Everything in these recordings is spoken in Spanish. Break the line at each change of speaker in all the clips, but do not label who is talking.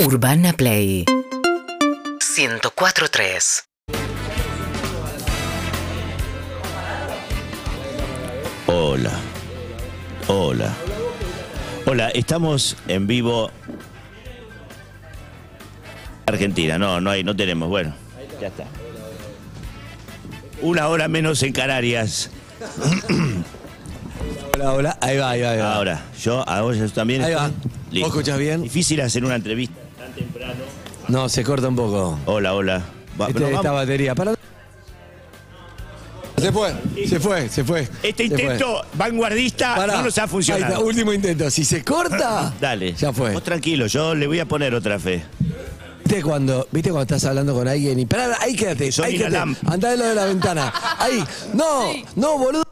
Urbana Play 104.3
Hola. Hola. Hola, estamos en vivo. Argentina, no, no hay, no tenemos. Bueno, ya está. Una hora menos en Canarias.
Hola, hola. Ahí va, ahí va, ahí va.
Ahora, yo, a vos yo también.
Ah. Ahí va.
estoy.
¿Vos escuchás bien?
Difícil hacer una entrevista.
No, se corta un poco.
Hola, hola. Va-
Este-
pero
esta
vamos.
batería. Para... Se fue, se fue, se fue.
Este
Se fue.
intento vanguardista
Pará.
no nos ha
Ahí está,
funcionado.
último intento. Si se corta,
Dale.
Ya fue.
Vos tranquilo, yo le voy a poner otra fe.
¿Viste cuando, ¿Viste cuando estás hablando con alguien y pará, ahí quédate,
Soy
ahí quédate.
Inalam.
Andá de lo de la ventana. Ahí. No, no, boludo.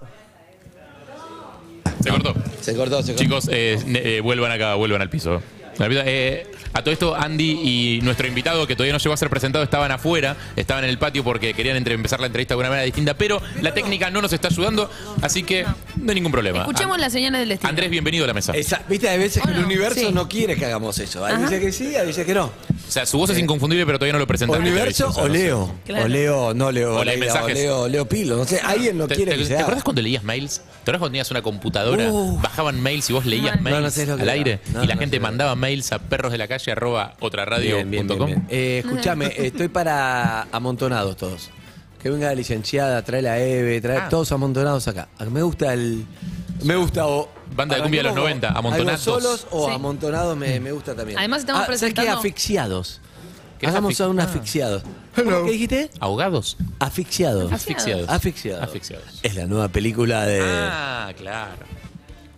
Se cortó.
Se cortó, se cortó.
Chicos, eh, ne- eh, vuelvan acá, vuelvan al piso. Eh, a todo esto, Andy y nuestro invitado, que todavía no llegó a ser presentado, estaban afuera, estaban en el patio porque querían entre- empezar la entrevista de una manera distinta, pero la técnica no nos está ayudando, así que no hay ningún problema.
Escuchemos las señales del destino.
Andrés, bienvenido a la mesa.
Esa- Viste, hay veces que el
Bueno,
universo
sí.
no quiere que hagamos eso. Hay
Ajá.
veces que sí, hay veces que no.
O sea, su voz es inconfundible, pero todavía no lo
O
presentamos.
eh, universo o Leo.
Claro.
O Leo, no Leo.
O lee
Leida,
mensajes.
Leo, Leo Pilo. No sé, alguien no
¿Te,
quiere
te-
que
te
sea.
acuerdas cuando leías mails? ¿Te acuerdas cuando tenías una computadora?
Uh.
bajaban mails y vos leías
Mal.
mails
No, no sé lo que
al
era.
aire
No,
y la
no
gente
sé lo que
mandaba mails a perros de la calle arroba
Bien, bien, bien,
otraradio.com?
bien. Eh, escuchame, estoy para amontonados todos. Que venga la licenciada, trae la Eve, trae
Ah.
todos amontonados acá. Ah, Me gusta el. Me gusta o.
Banda de cumbia de los
arrancamos
90,
con algo
amontonados.
solos o
Sí.
amontonados me, me gusta también. Ah,
Además estamos
¿sabes qué?
presentando-
asfixiados.
¿Qué es
Hagamos
asfix-
a un
Ah.
asfixiado. ¿Cómo ¿Qué dijiste?
¿Ahogados?
Asfixiados.
Asfixiados.
Asfixiados.
Asfixiados.
Es la nueva película de.
Ah, claro.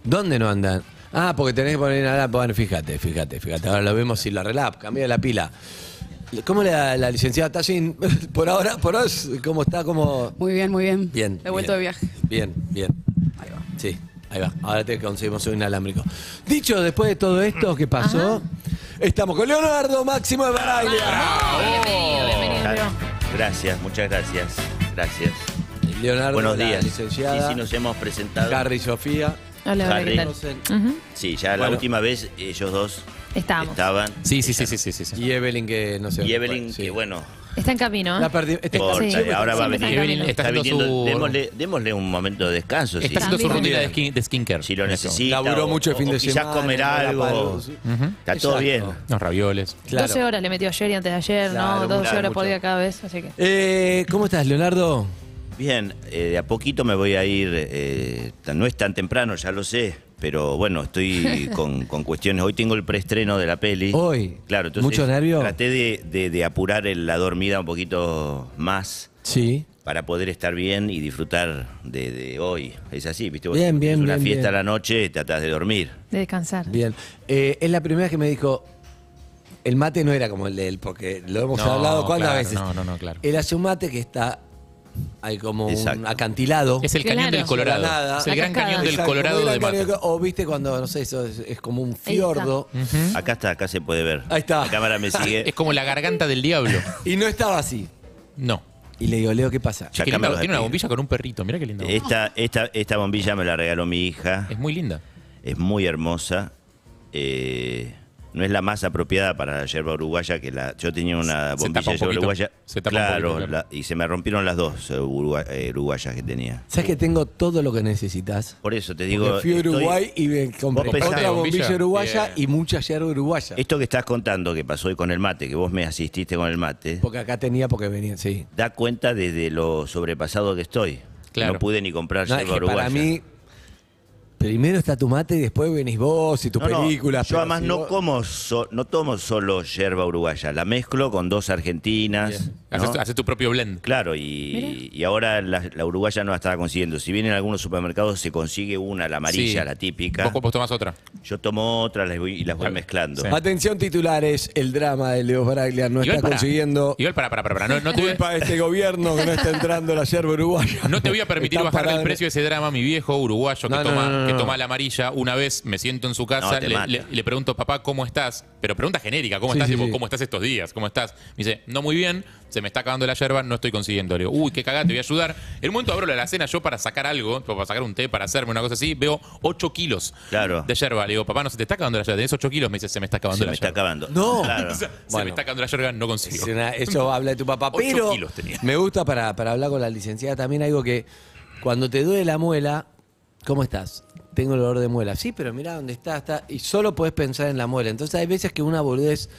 ¿Dónde no andan? Ah, porque tenés que poner una lámpara. Bueno, fíjate, fíjate, fíjate. Ahora lo vemos si la relap, cambia la pila. ¿Cómo le da la licenciada Tallin? Por ahora, por ahora, ¿cómo está? ¿Cómo?
Muy bien, muy bien.
Bien.
De vuelta de
bien.
viaje.
Bien, bien. Ahí va. Sí, ahí va. Ahora te conseguimos un inalámbrico. Dicho después de todo esto que pasó, estamos con Leonardo Máximo de Baraglia.
Bienvenido, bienvenido.
Gracias, muchas gracias. Gracias.
Leonardo,
Buenos
la
días.
licenciada.
Sí, sí, nos hemos presentado.
Harry y Sofía.
Hola, hola, ¿qué tal?
Conocen.
Ujú.
Sí, ya la
Bueno.
última vez ellos dos
Estábamos.
estaban.
Sí, sí, sí, sí, sí, sí. sí.
Y Evelyn, que no sé.
Y Evelyn,
Sí.
que bueno,
Está en camino, ¿eh?
La perdí- este-
corta,
Sí.
ahora va a
Sí,
venir.
Evelyn
está haciendo su-
démosle, démosle un momento de descanso. si-
Está haciendo su
También.
rutina de, skin, de skincare.
si lo
Eso.
necesita.
Laburó
o-
mucho el fin
o
de
quizás
semana,
comer
no la
algo.
paró.
Está todo
Exacto.
bien.
Los ravioles.
Claro.
12 horas le metió ayer y antes de ayer,
Claro,
¿no? 12
claro,
horas por
mucho.
día cada vez, así que...
Eh, ¿Cómo estás, Leonardo?
Bien, eh, de a poquito me voy a ir. eh, tan- no es tan temprano, ya lo sé. Pero bueno, estoy con, con cuestiones. Hoy tengo el preestreno de la peli.
Hoy.
Claro, entonces.
¿Mucho nervio?
Traté de, de- de apurar el- la dormida un poquito más.
Sí.
para poder estar bien y disfrutar de, de hoy. Es así, ¿viste?
Bien, bien,
Es una
bien,
fiesta
bien.
a la noche, tratás de dormir.
De descansar.
Bien. Eh, es la primera vez que me dijo. El mate no era como el de él, porque lo hemos
No,
hablado cuántas
claro,
veces.
no, no, no, claro.
Él hace un mate que está. Hay como un
Exacto.
acantilado.
Es el cañón
Oh. Claro.
del
Granada.
Colorado. Es el
La
gran
cascada.
cañón del
Exacto,
Colorado
como
de
el
Mate.
acantilado- O viste cuando, no sé, eso es, es como un fiordo.
Acá está, acá se puede ver.
¿Mm? Ahí está.
La cámara me
Es
sigue.
como la garganta del diablo.
Y no estaba así.
No.
Y le digo, Leo, ¿qué pasa?
Ya
Qué
acá me
lindo,
vas a
tiene una
pedir.
bombilla con un perrito. Mira qué lindo.
Esta, esta, esta bombilla me la regaló mi hija.
Es muy linda.
Es muy hermosa. Eh, no es la más apropiada para la yerba uruguaya que la. Yo tenía una
Se- se tapa
bombilla de
un
yerba
poquito.
uruguaya.
Se tapa un
claro,
poquito, claro.
la- y se me rompieron las dos eh, urugua- eh, uruguayas que tenía.
¿Sabes que tengo todo lo que necesitas?
Por eso te
Porque
digo.
fui a
estoy-
Uruguay y me compré
¿Vos pensás-
otra bombilla
bombilla?
uruguaya
Bien.
y mucha yerba uruguaya.
esto que estás contando que pasó hoy con el mate, que vos me asististe con el mate.
Porque acá tenía porque venía, sí.
da cuenta de, de lo sobrepasado que estoy.
Claro.
No pude ni comprar
No,
yerba
es que
uruguaya.
para mí, primero está tu mate y después venís vos y tus
No, no,
películas.
yo
pero
además
si
no
vos-
como so- no tomo solo yerba uruguaya, la mezclo con dos argentinas. ¿no?
Haces, haces tu propio blend.
Claro, y, y ahora la, la uruguaya no la estaba consiguiendo. Si bien en algunos supermercados se consigue una, la amarilla,
Sí.
la típica,
Vos, vos tomás otra.
yo tomo otra las voy- y las voy
Claro.
mezclando.
Sí.
Atención titulares, el drama de Leo Braglia no está
pará.
consiguiendo
Igual para, para, para. para. No, no te,
culpa de este gobierno que no está entrando la yerba uruguaya.
No te voy a permitir
Está
bajarle el
parada-
precio de ese drama, mi viejo uruguayo que,
No, no,
toma,
no, no,
que
no.
toma la amarilla. Una vez me siento en su casa,
No, te
le,
mata.
le- le pregunto, papá, ¿cómo estás? Pero pregunta genérica, ¿cómo
Sí,
estás?
sí,
Tipo,
sí.
¿Cómo estás estos días? ¿Cómo estás? Me dice, no muy bien. Se me está acabando la yerba, no estoy consiguiendo. Le digo, uy, qué cagada, te voy a ayudar. En un momento abro la alacena yo para sacar algo, tipo, para sacar un té, para hacerme una cosa así, veo 8 kilos
Claro.
de yerba. Le digo, papá, no se te está acabando la yerba, tenés 8 kilos. Me dice, se me está acabando
Se
la
me está
yerba.
acabando.
No.
Claro.
O sea, Se
Bueno.
me está acabando la yerba, no consigo.
Es una- "Ah, eso habla de tu papá.
Ocho
Pero
kilos tenía.
me gusta para, para hablar con la licenciada también algo que cuando te duele la muela, ¿cómo estás? Tengo el dolor de muela. Sí, pero mira dónde está, está. Y solo podés pensar en la muela. Entonces hay veces que una boludez.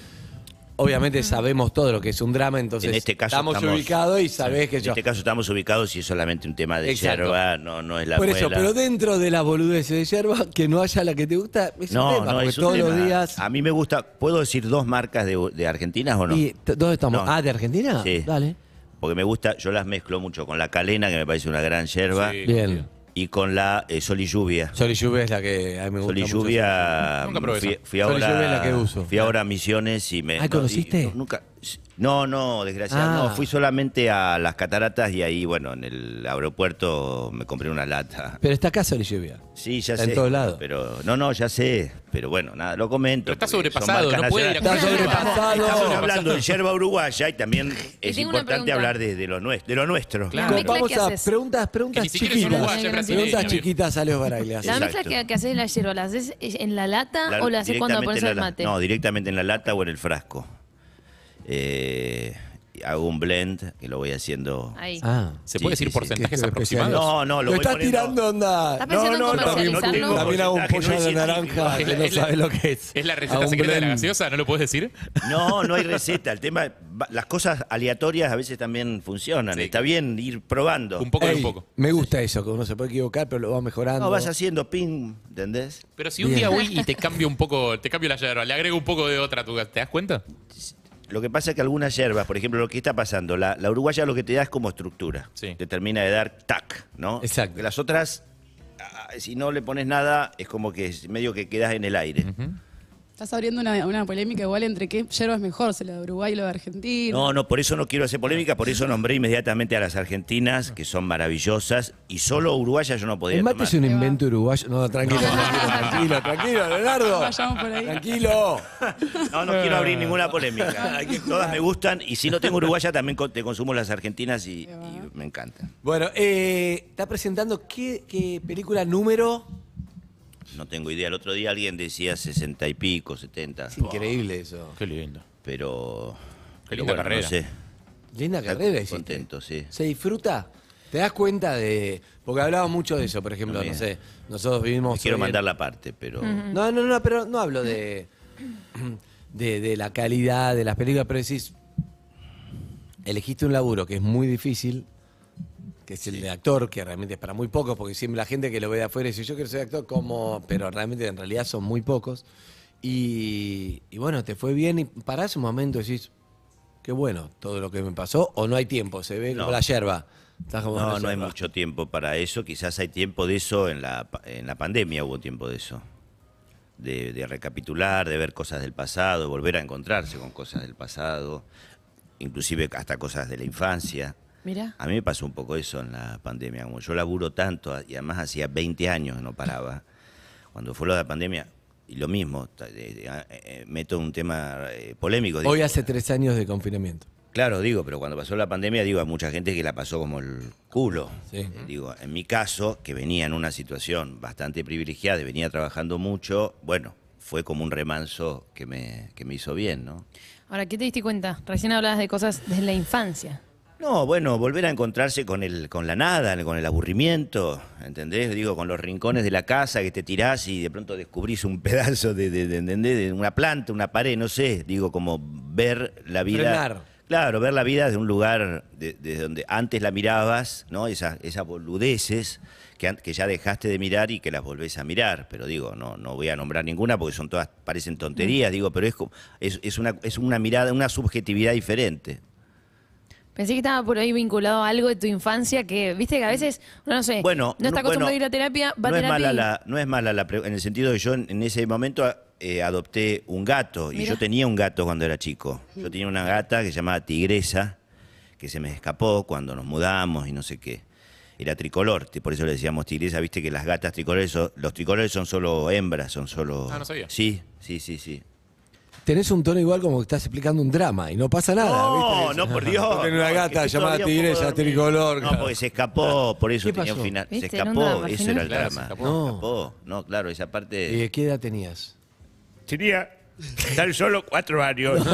Obviamente sabemos todo lo que es un drama, entonces
en este caso
estamos, ubicados y sabés que
En
yo.
este caso estamos ubicados y es solamente un tema de
Exacto.
yerba, no, no es la
Por eso,
muela.
pero dentro de las boludeces de yerba, que no haya la que te gusta, es un
no,
tema,
no,
porque
es un
todos los
tema.
días.
A mí me gusta, ¿puedo decir dos marcas de, de argentinas o no?
¿Y t- dónde estamos?
No.
Ah, ¿de Argentina?
Sí.
Dale.
Porque me gusta, yo las mezclo mucho con la calena, que me parece una gran yerba,
Sí.
Bien.
y con la eh, sol y lluvia.
Sol y lluvia es la que a mí me gusta.
Sol y
mucho.
lluvia. mm,
Nunca probé
fui,
esa.
fui
Sol y
ahora,
lluvia es la que uso.
Fui ahora a Misiones y me.
Ah, ¿conociste?
y- nunca. No, no, desgraciado.
Ah.
No, fui solamente a las cataratas y ahí, bueno, en el aeropuerto me compré una lata.
Pero está acá Sol y lluvia.
Sí, ya
Está
sé.
en todos lados.
Pero, no, no, ya sé. Pero bueno, nada, lo comento.
Pero está
porque son
sobrepasado,
marcas
no puede ir a
nacionales.
comprar
Está
yerba.
sobrepasado.
Está
Estamos
sobrepasado.
hablando de yerba uruguaya y también es
tengo una
importante
pregunta.
hablar de, de lo nuestro, de lo nuestro.
Claro.
Co-
Ah, mezcla
Vamos
que
a
haces.
preguntas, preguntas
Que ni siquiera es
chiquitas.
uruguaya, es brasileña,
preguntas
bien.
chiquitas a los Baraglia.
La
Exacto.
mezcla que, que haces en la yerba, ¿la haces en la lata
La-
o la haces cuando
directamente
pones
en la
el
la-
mate?
No, directamente en la lata o en el frasco. Eh, hago un blend que lo voy haciendo.
Ahí.
Ah.
¿Se
Sí,
puede
sí,
decir
sí.
porcentajes
Qué
aproximados?
No, no, lo voy
estás
poniendo-
tirando onda.
Está pensando en comercializarlo.
tengo
También hago un
porcentaje,
pollo
no
a
es
la naranja
científico.
que no
Es la-
sabe lo que es.
¿Es la
Hago
receta
un
secreta de la
blend.
gaseosa? ¿No lo puedes decir?
No, no hay receta. El tema, va- las cosas aleatorias a veces también funcionan.
Sí.
Está bien ir probando.
Un poco y
Ey,
un poco.
Me gusta eso, que uno se puede equivocar, pero lo va mejorando.
No, vas haciendo ping, ¿entendés?
Pero si un
Bien.
día voy y te cambio un poco, te cambio la yerba, le agrego un poco de otra, ¿tú- ¿te das cuenta?
Lo que pasa es que algunas hierbas, por ejemplo, lo que está pasando, la, la uruguaya lo que te da es como estructura.
Sí.
Te termina de dar tac, ¿no?
Exacto.
Porque las otras, ah, si no le pones nada, es como que es medio que quedas en el aire.
Estás abriendo una, una polémica igual entre qué yerba es mejor, si la de Uruguay o la de Argentina.
No, no, por eso no quiero hacer polémica, por eso nombré inmediatamente a las argentinas, que son maravillosas, y solo uruguayas yo no podía
El mate
tomar.
es un invento uruguayo. No, tranquilo, tranquilo, tranquilo, tranquilo, Leonardo.
Vayamos por ahí.
Tranquilo.
No, no quiero
Ah.
abrir ninguna polémica. Todas me gustan, y si no tengo uruguaya también co- te consumo las argentinas y, y me encantan.
Bueno, eh, está presentando qué, qué película número.
No tengo idea, el otro día alguien decía sesenta y pico, setenta,
Es increíble eso.
Qué lindo.
pero...
Qué
pero
linda
bueno,
carrera.
No sé.
Linda
Está
carrera hiciste.
contento, sí.
¿Se disfruta? ¿Te das cuenta de.? Porque hablábamos mucho de eso, por ejemplo,
No,
no,
mira.
sé. Nosotros
Te
vivimos.
quiero
hoy en-
mandar la parte, pero...
No, no, no, pero no hablo de, de. de la calidad de las películas, pero decís. Elegiste un laburo que es muy difícil, que es el de actor, que realmente es para muy pocos, porque siempre la gente que lo ve de afuera dice, yo quiero ser actor, como. Pero realmente en realidad son muy pocos. Y, y bueno, te fue bien y parás un momento y decís, qué bueno todo lo que me pasó, o no hay tiempo, se ve
No.
como la yerba. Estás como
No,
la
no hay
yerba.
mucho tiempo para eso. Quizás hay tiempo de eso en la, pa- en la pandemia, hubo tiempo de eso. De, de recapitular, de ver cosas del pasado, volver a encontrarse con cosas del pasado, inclusive hasta cosas de la infancia.
Mirá.
A mí me pasó un poco eso en la pandemia, como yo laburo tanto y además hacía 20 años no paraba. Cuando fue lo de la pandemia, y lo mismo, ta- de- de- ah, eh, eh, meto un tema eh, polémico. digo,
Hoy hace tres años de confinamiento.
Claro, digo, pero cuando pasó la pandemia, digo, a mucha gente que la pasó como el culo.
Sí.
Eh, Digo, en mi caso, que venía en una situación bastante privilegiada y venía trabajando mucho, bueno, fue como un remanso que me, que me hizo bien, ¿no?
Ahora, ¿qué te diste cuenta? Recién hablabas de cosas desde la infancia.
No, bueno, volver a encontrarse con el, con la nada, con el aburrimiento, ¿entendés? Digo, con los rincones de la casa que te tirás y de pronto descubrís un pedazo de, de, de- ¿entendés? de una planta, una pared, no sé, digo, como ver la vida.
Frenar.
Claro, ver la vida desde un lugar de- desde donde antes la mirabas, ¿no? Esas, esas boludeces que, an- que ya dejaste de mirar y que las volvés a mirar. Pero digo, no, no voy a nombrar ninguna porque son todas, parecen tonterías, digo, pero es, co- es, es una, es una mirada, una subjetividad diferente.
Pensé que estaba por ahí vinculado a algo de tu infancia que, viste que a veces, no, no sé,
Bueno,
Eh, no está acostumbrado
bueno,
a ir a terapia, va
no
a
Es
terapia.
mala
y-
la, no es mala la pre- en el sentido de yo en, en ese momento eh, adopté un gato y
Mirá.
yo tenía un gato cuando era chico. Yo tenía una gata que se llamaba Tigresa, que se me escapó cuando nos mudamos y no sé qué. Era tricolor, t- por eso le decíamos tigresa, viste que las gatas tricolores, son- los tricolores son solo hembras, son solo...
Ah, no sabía.
Sí, sí, sí, sí.
tenés un tono igual como que estás explicando un drama y no pasa nada.
No,
¿viste?
Oh, no, por Dios.
Tengo una
no,
gata
es que
llamada
todavía un poco
Tigresa
dormido.
tricolor,
No,
claro.
porque se escapó, por eso
¿Qué
tenía un
pasó?
final. Se
Viste, era un
escapó,
drama,
eso
final.
era el
Claro, se
drama.
escapó.
No.
No.
escapó. No, claro, esa
¿Y
parte.
de qué edad tenías?
Tenía tan solo cuatro años.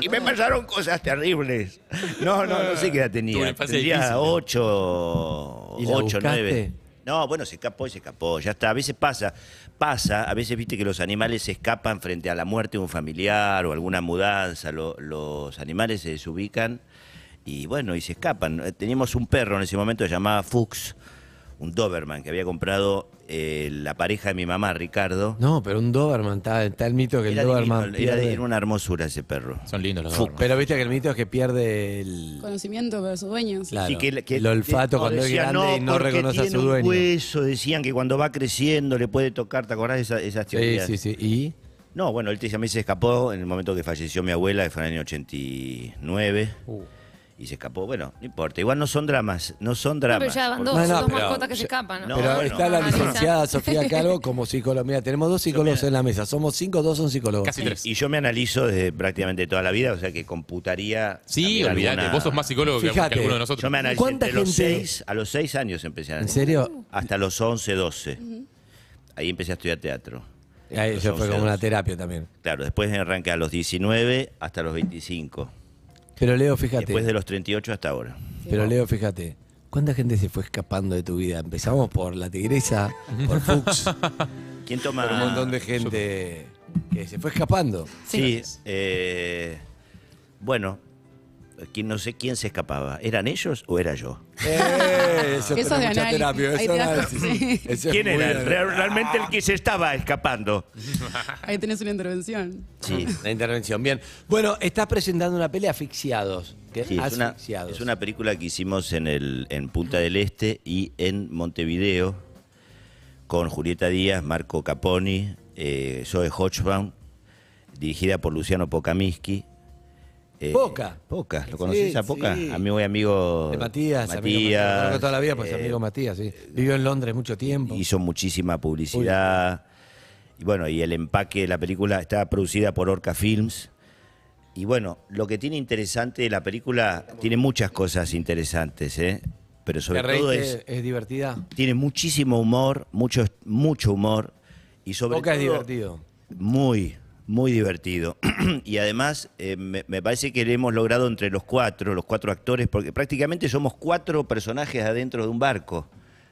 y me pasaron cosas terribles. No, no, no sé qué edad
Tuve
tenía.
una fase
Tenía
difícil.
ocho,
¿Y la
ocho,
buscaste?
nueve. No, bueno, se escapó y se escapó. Ya está. A veces pasa, pasa. A veces viste que los animales se escapan frente a la muerte de un familiar o alguna mudanza. Lo- los animales se desubican y bueno, y se escapan. Eh, Teníamos un perro en ese momento que se llamaba Fuchs, un Doberman que había comprado eh, la pareja de mi mamá, Ricardo.
No, pero un Doberman, está, está el mito que
Era,
el
divino,
Doberman
era-
pierde.
era una hermosura ese perro.
Son lindos los
Fu-
dos.
Pero viste que el mito es que pierde el...
Conocimiento para sus dueños.
Claro,
Sí, que- que-
el olfato
no,
cuando es
decían,
grande y no
porque
reconoce a
tiene
su dueño.
Un hueso, decían que cuando va creciendo le puede tocar, ¿te acordás de esa- esas
Sí,
teorías?
sí, sí. ¿Y?
No, bueno, él te- a mí se escapó en el momento que falleció mi abuela, que fue en el año 89.
Uh.
Y se escapó, bueno, no importa. Igual no son dramas, no son dramas.
pero ya van
porque-
dos,
No, no,
son dos
pero-
mascotas que se escapan.
No,
Pero
bueno.
está la
Analiza.
licenciada Sofía Calvo como psicóloga. Mira, tenemos dos psicólogos en la mesa. Somos cinco, dos son psicólogos.
Casi tres.
Y yo me analizo desde prácticamente toda la vida, o sea que computaría.
Sí,
también
olvídate.
alguna-
Vos sos más psicólogo que, que
Fíjate,
alguno de nosotros.
Yo me analicé
¿Cuánta
entre los
gente-
seis, a los seis años empecé a
¿En
analizar.
serio?
Hasta los 11, 12. Ahí empecé a estudiar teatro.
Ahí
Los
eso Ah, fue
11,
como una
12.
terapia también.
Claro, después me arranqué a los 19 hasta los 25.
Pero Leo, fíjate.
Después de los 38 hasta ahora.
Pero Leo, fíjate. ¿Cuánta gente se fue escapando de tu vida? Empezamos por la tigresa, por Fuchs,
¿Quién
por
toma...?
un montón de gente que se fue escapando.
Sí, eh, bueno, quién- no sé quién se escapaba. ¿Eran ellos o era yo?
Eh, eso
Eso
pero
es de
mucha
análisis.
terapia,
Ahí
eso
te das
análisis.
cuenta.
Eso es
¿Quién
muy
era?
análisis.
Real- Realmente el que se estaba escapando.
Ahí tenés una intervención.
Sí.
La intervención, bien. Bueno, estás presentando una pelea asfixiados. que-
Sí, es, una,
asfixiados.
es una película que hicimos en, el, en Punta del Este y en Montevideo con Julieta Díaz, Marco Caponi, eh, Zoe Hochbaum, dirigida por Luciano Pocamiski. Eh,
Poca.
Poca, ¿lo conoces
Sí,
a Poca?
sí.
A mi buen amigo
De Matías, amigo Matías.
Matías,
Lo conozco toda la vida, pues
eh,
amigo Matías, sí. Vivió en Londres mucho tiempo.
Hizo muchísima publicidad. Y bueno, y el empaque de la película está producida por Orca Films. Y bueno, lo que tiene interesante de la película, tiene muchas cosas interesantes, ¿eh? Pero sobre
¿Te reíste?
todo es,
es divertida.
tiene muchísimo humor, mucho, mucho humor. Y sobre
Boca es
todo,
divertido.
Muy, muy divertido. y además, eh, me, me parece que lo hemos logrado entre los cuatro, los cuatro actores, porque prácticamente somos cuatro personajes adentro de un barco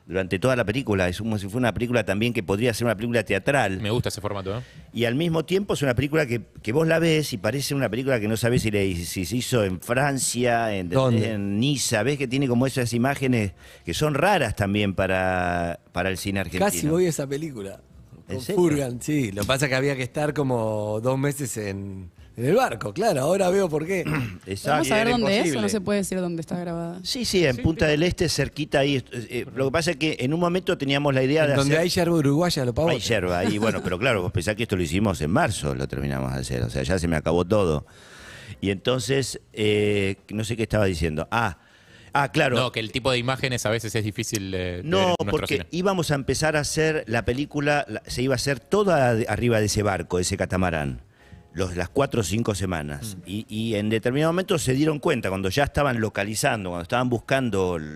durante toda la película. Es como si fuera una película también que podría ser una película teatral.
Me gusta ese formato, ¿eh?
Y al mismo tiempo es una película que, que vos la ves y parece una película que no sabés si, le- si se hizo en Francia, en,
¿Dónde?
en Niza. Ves que tiene como esas imágenes que son raras también para, para el cine argentino.
Casi voy a esa película.
¿En
Con
serio?
Furgan, sí. Lo que pasa es que había que estar como dos meses en, en el barco, claro. Ahora veo por qué.
Exacto.
¿Vamos a ver
era
dónde es o no
imposible.
se puede decir dónde está grabada?
Sí, sí, en Punta del Este, cerquita ahí. Eh, lo que pasa es que en un momento teníamos la idea de
En donde
hacer...
hay yerba uruguaya, lo pago.
Hay yerba ahí, bueno, pero claro, vos pensás que esto lo hicimos en marzo, lo terminamos de hacer, o sea, ya se me acabó todo. Y entonces, eh, no sé qué estaba diciendo. Ah, ah claro.
No, que el tipo de imágenes a veces es difícil eh, de ver
No,
en nuestro
porque
cine.
íbamos a empezar a hacer la película, la- se iba a hacer toda de- arriba de ese barco, de ese catamarán, los, las cuatro o cinco
Mm.
semanas. Y, y en determinado momento se dieron cuenta, cuando ya estaban localizando, cuando estaban buscando l-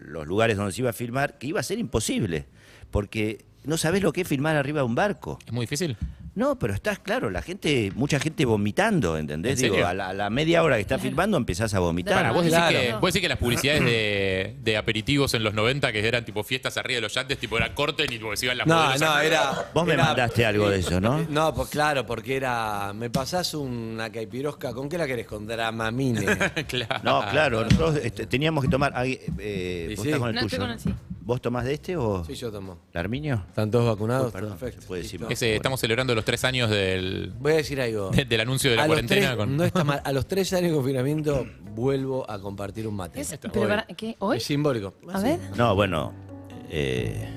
los lugares donde se iba a filmar, que iba a ser imposible, porque no sabés lo que es filmar arriba de un barco.
¿Es muy difícil?
No, pero estás claro, la gente, mucha gente vomitando, ¿entendés?
¿En
Digo,
serio?
a la, a la media hora que está filmando empezás a vomitar.
Para, vos, decís
Claro.
que, vos decís que las publicidades de, de aperitivos en los 90, que eran tipo fiestas arriba de los yates, tipo era corten y tipo que se iban las
No,
modelos
no,
a-
era.
Vos me
era-
mandaste algo de eso, ¿no?
No, pues claro, porque era. Me pasás una caipirosca. ¿Con qué la querés? Con Dramamine.
claro.
No, claro, nosotros este, teníamos que tomar. ahí, eh,
Y
vos
sí.
estás con el
No,
tuyo.
estoy con el sí.
¿Vos tomás de este o
Sí, yo tomo.
Larmiño?
¿Están todos vacunados?
Uy, perdón,
Perfecto.
se puede decir
Listo.
más.
Ese, estamos celebrando los tres años del,
Voy a decir algo.
de- del anuncio de la
A los
cuarentena.
tres-
con-
No está mal. A los tres años de confinamiento vuelvo a compartir un mate.
Es- pero
Hoy.
para- ¿qué? ¿Hoy?
Es simbólico.
A ver.
No, bueno, eh,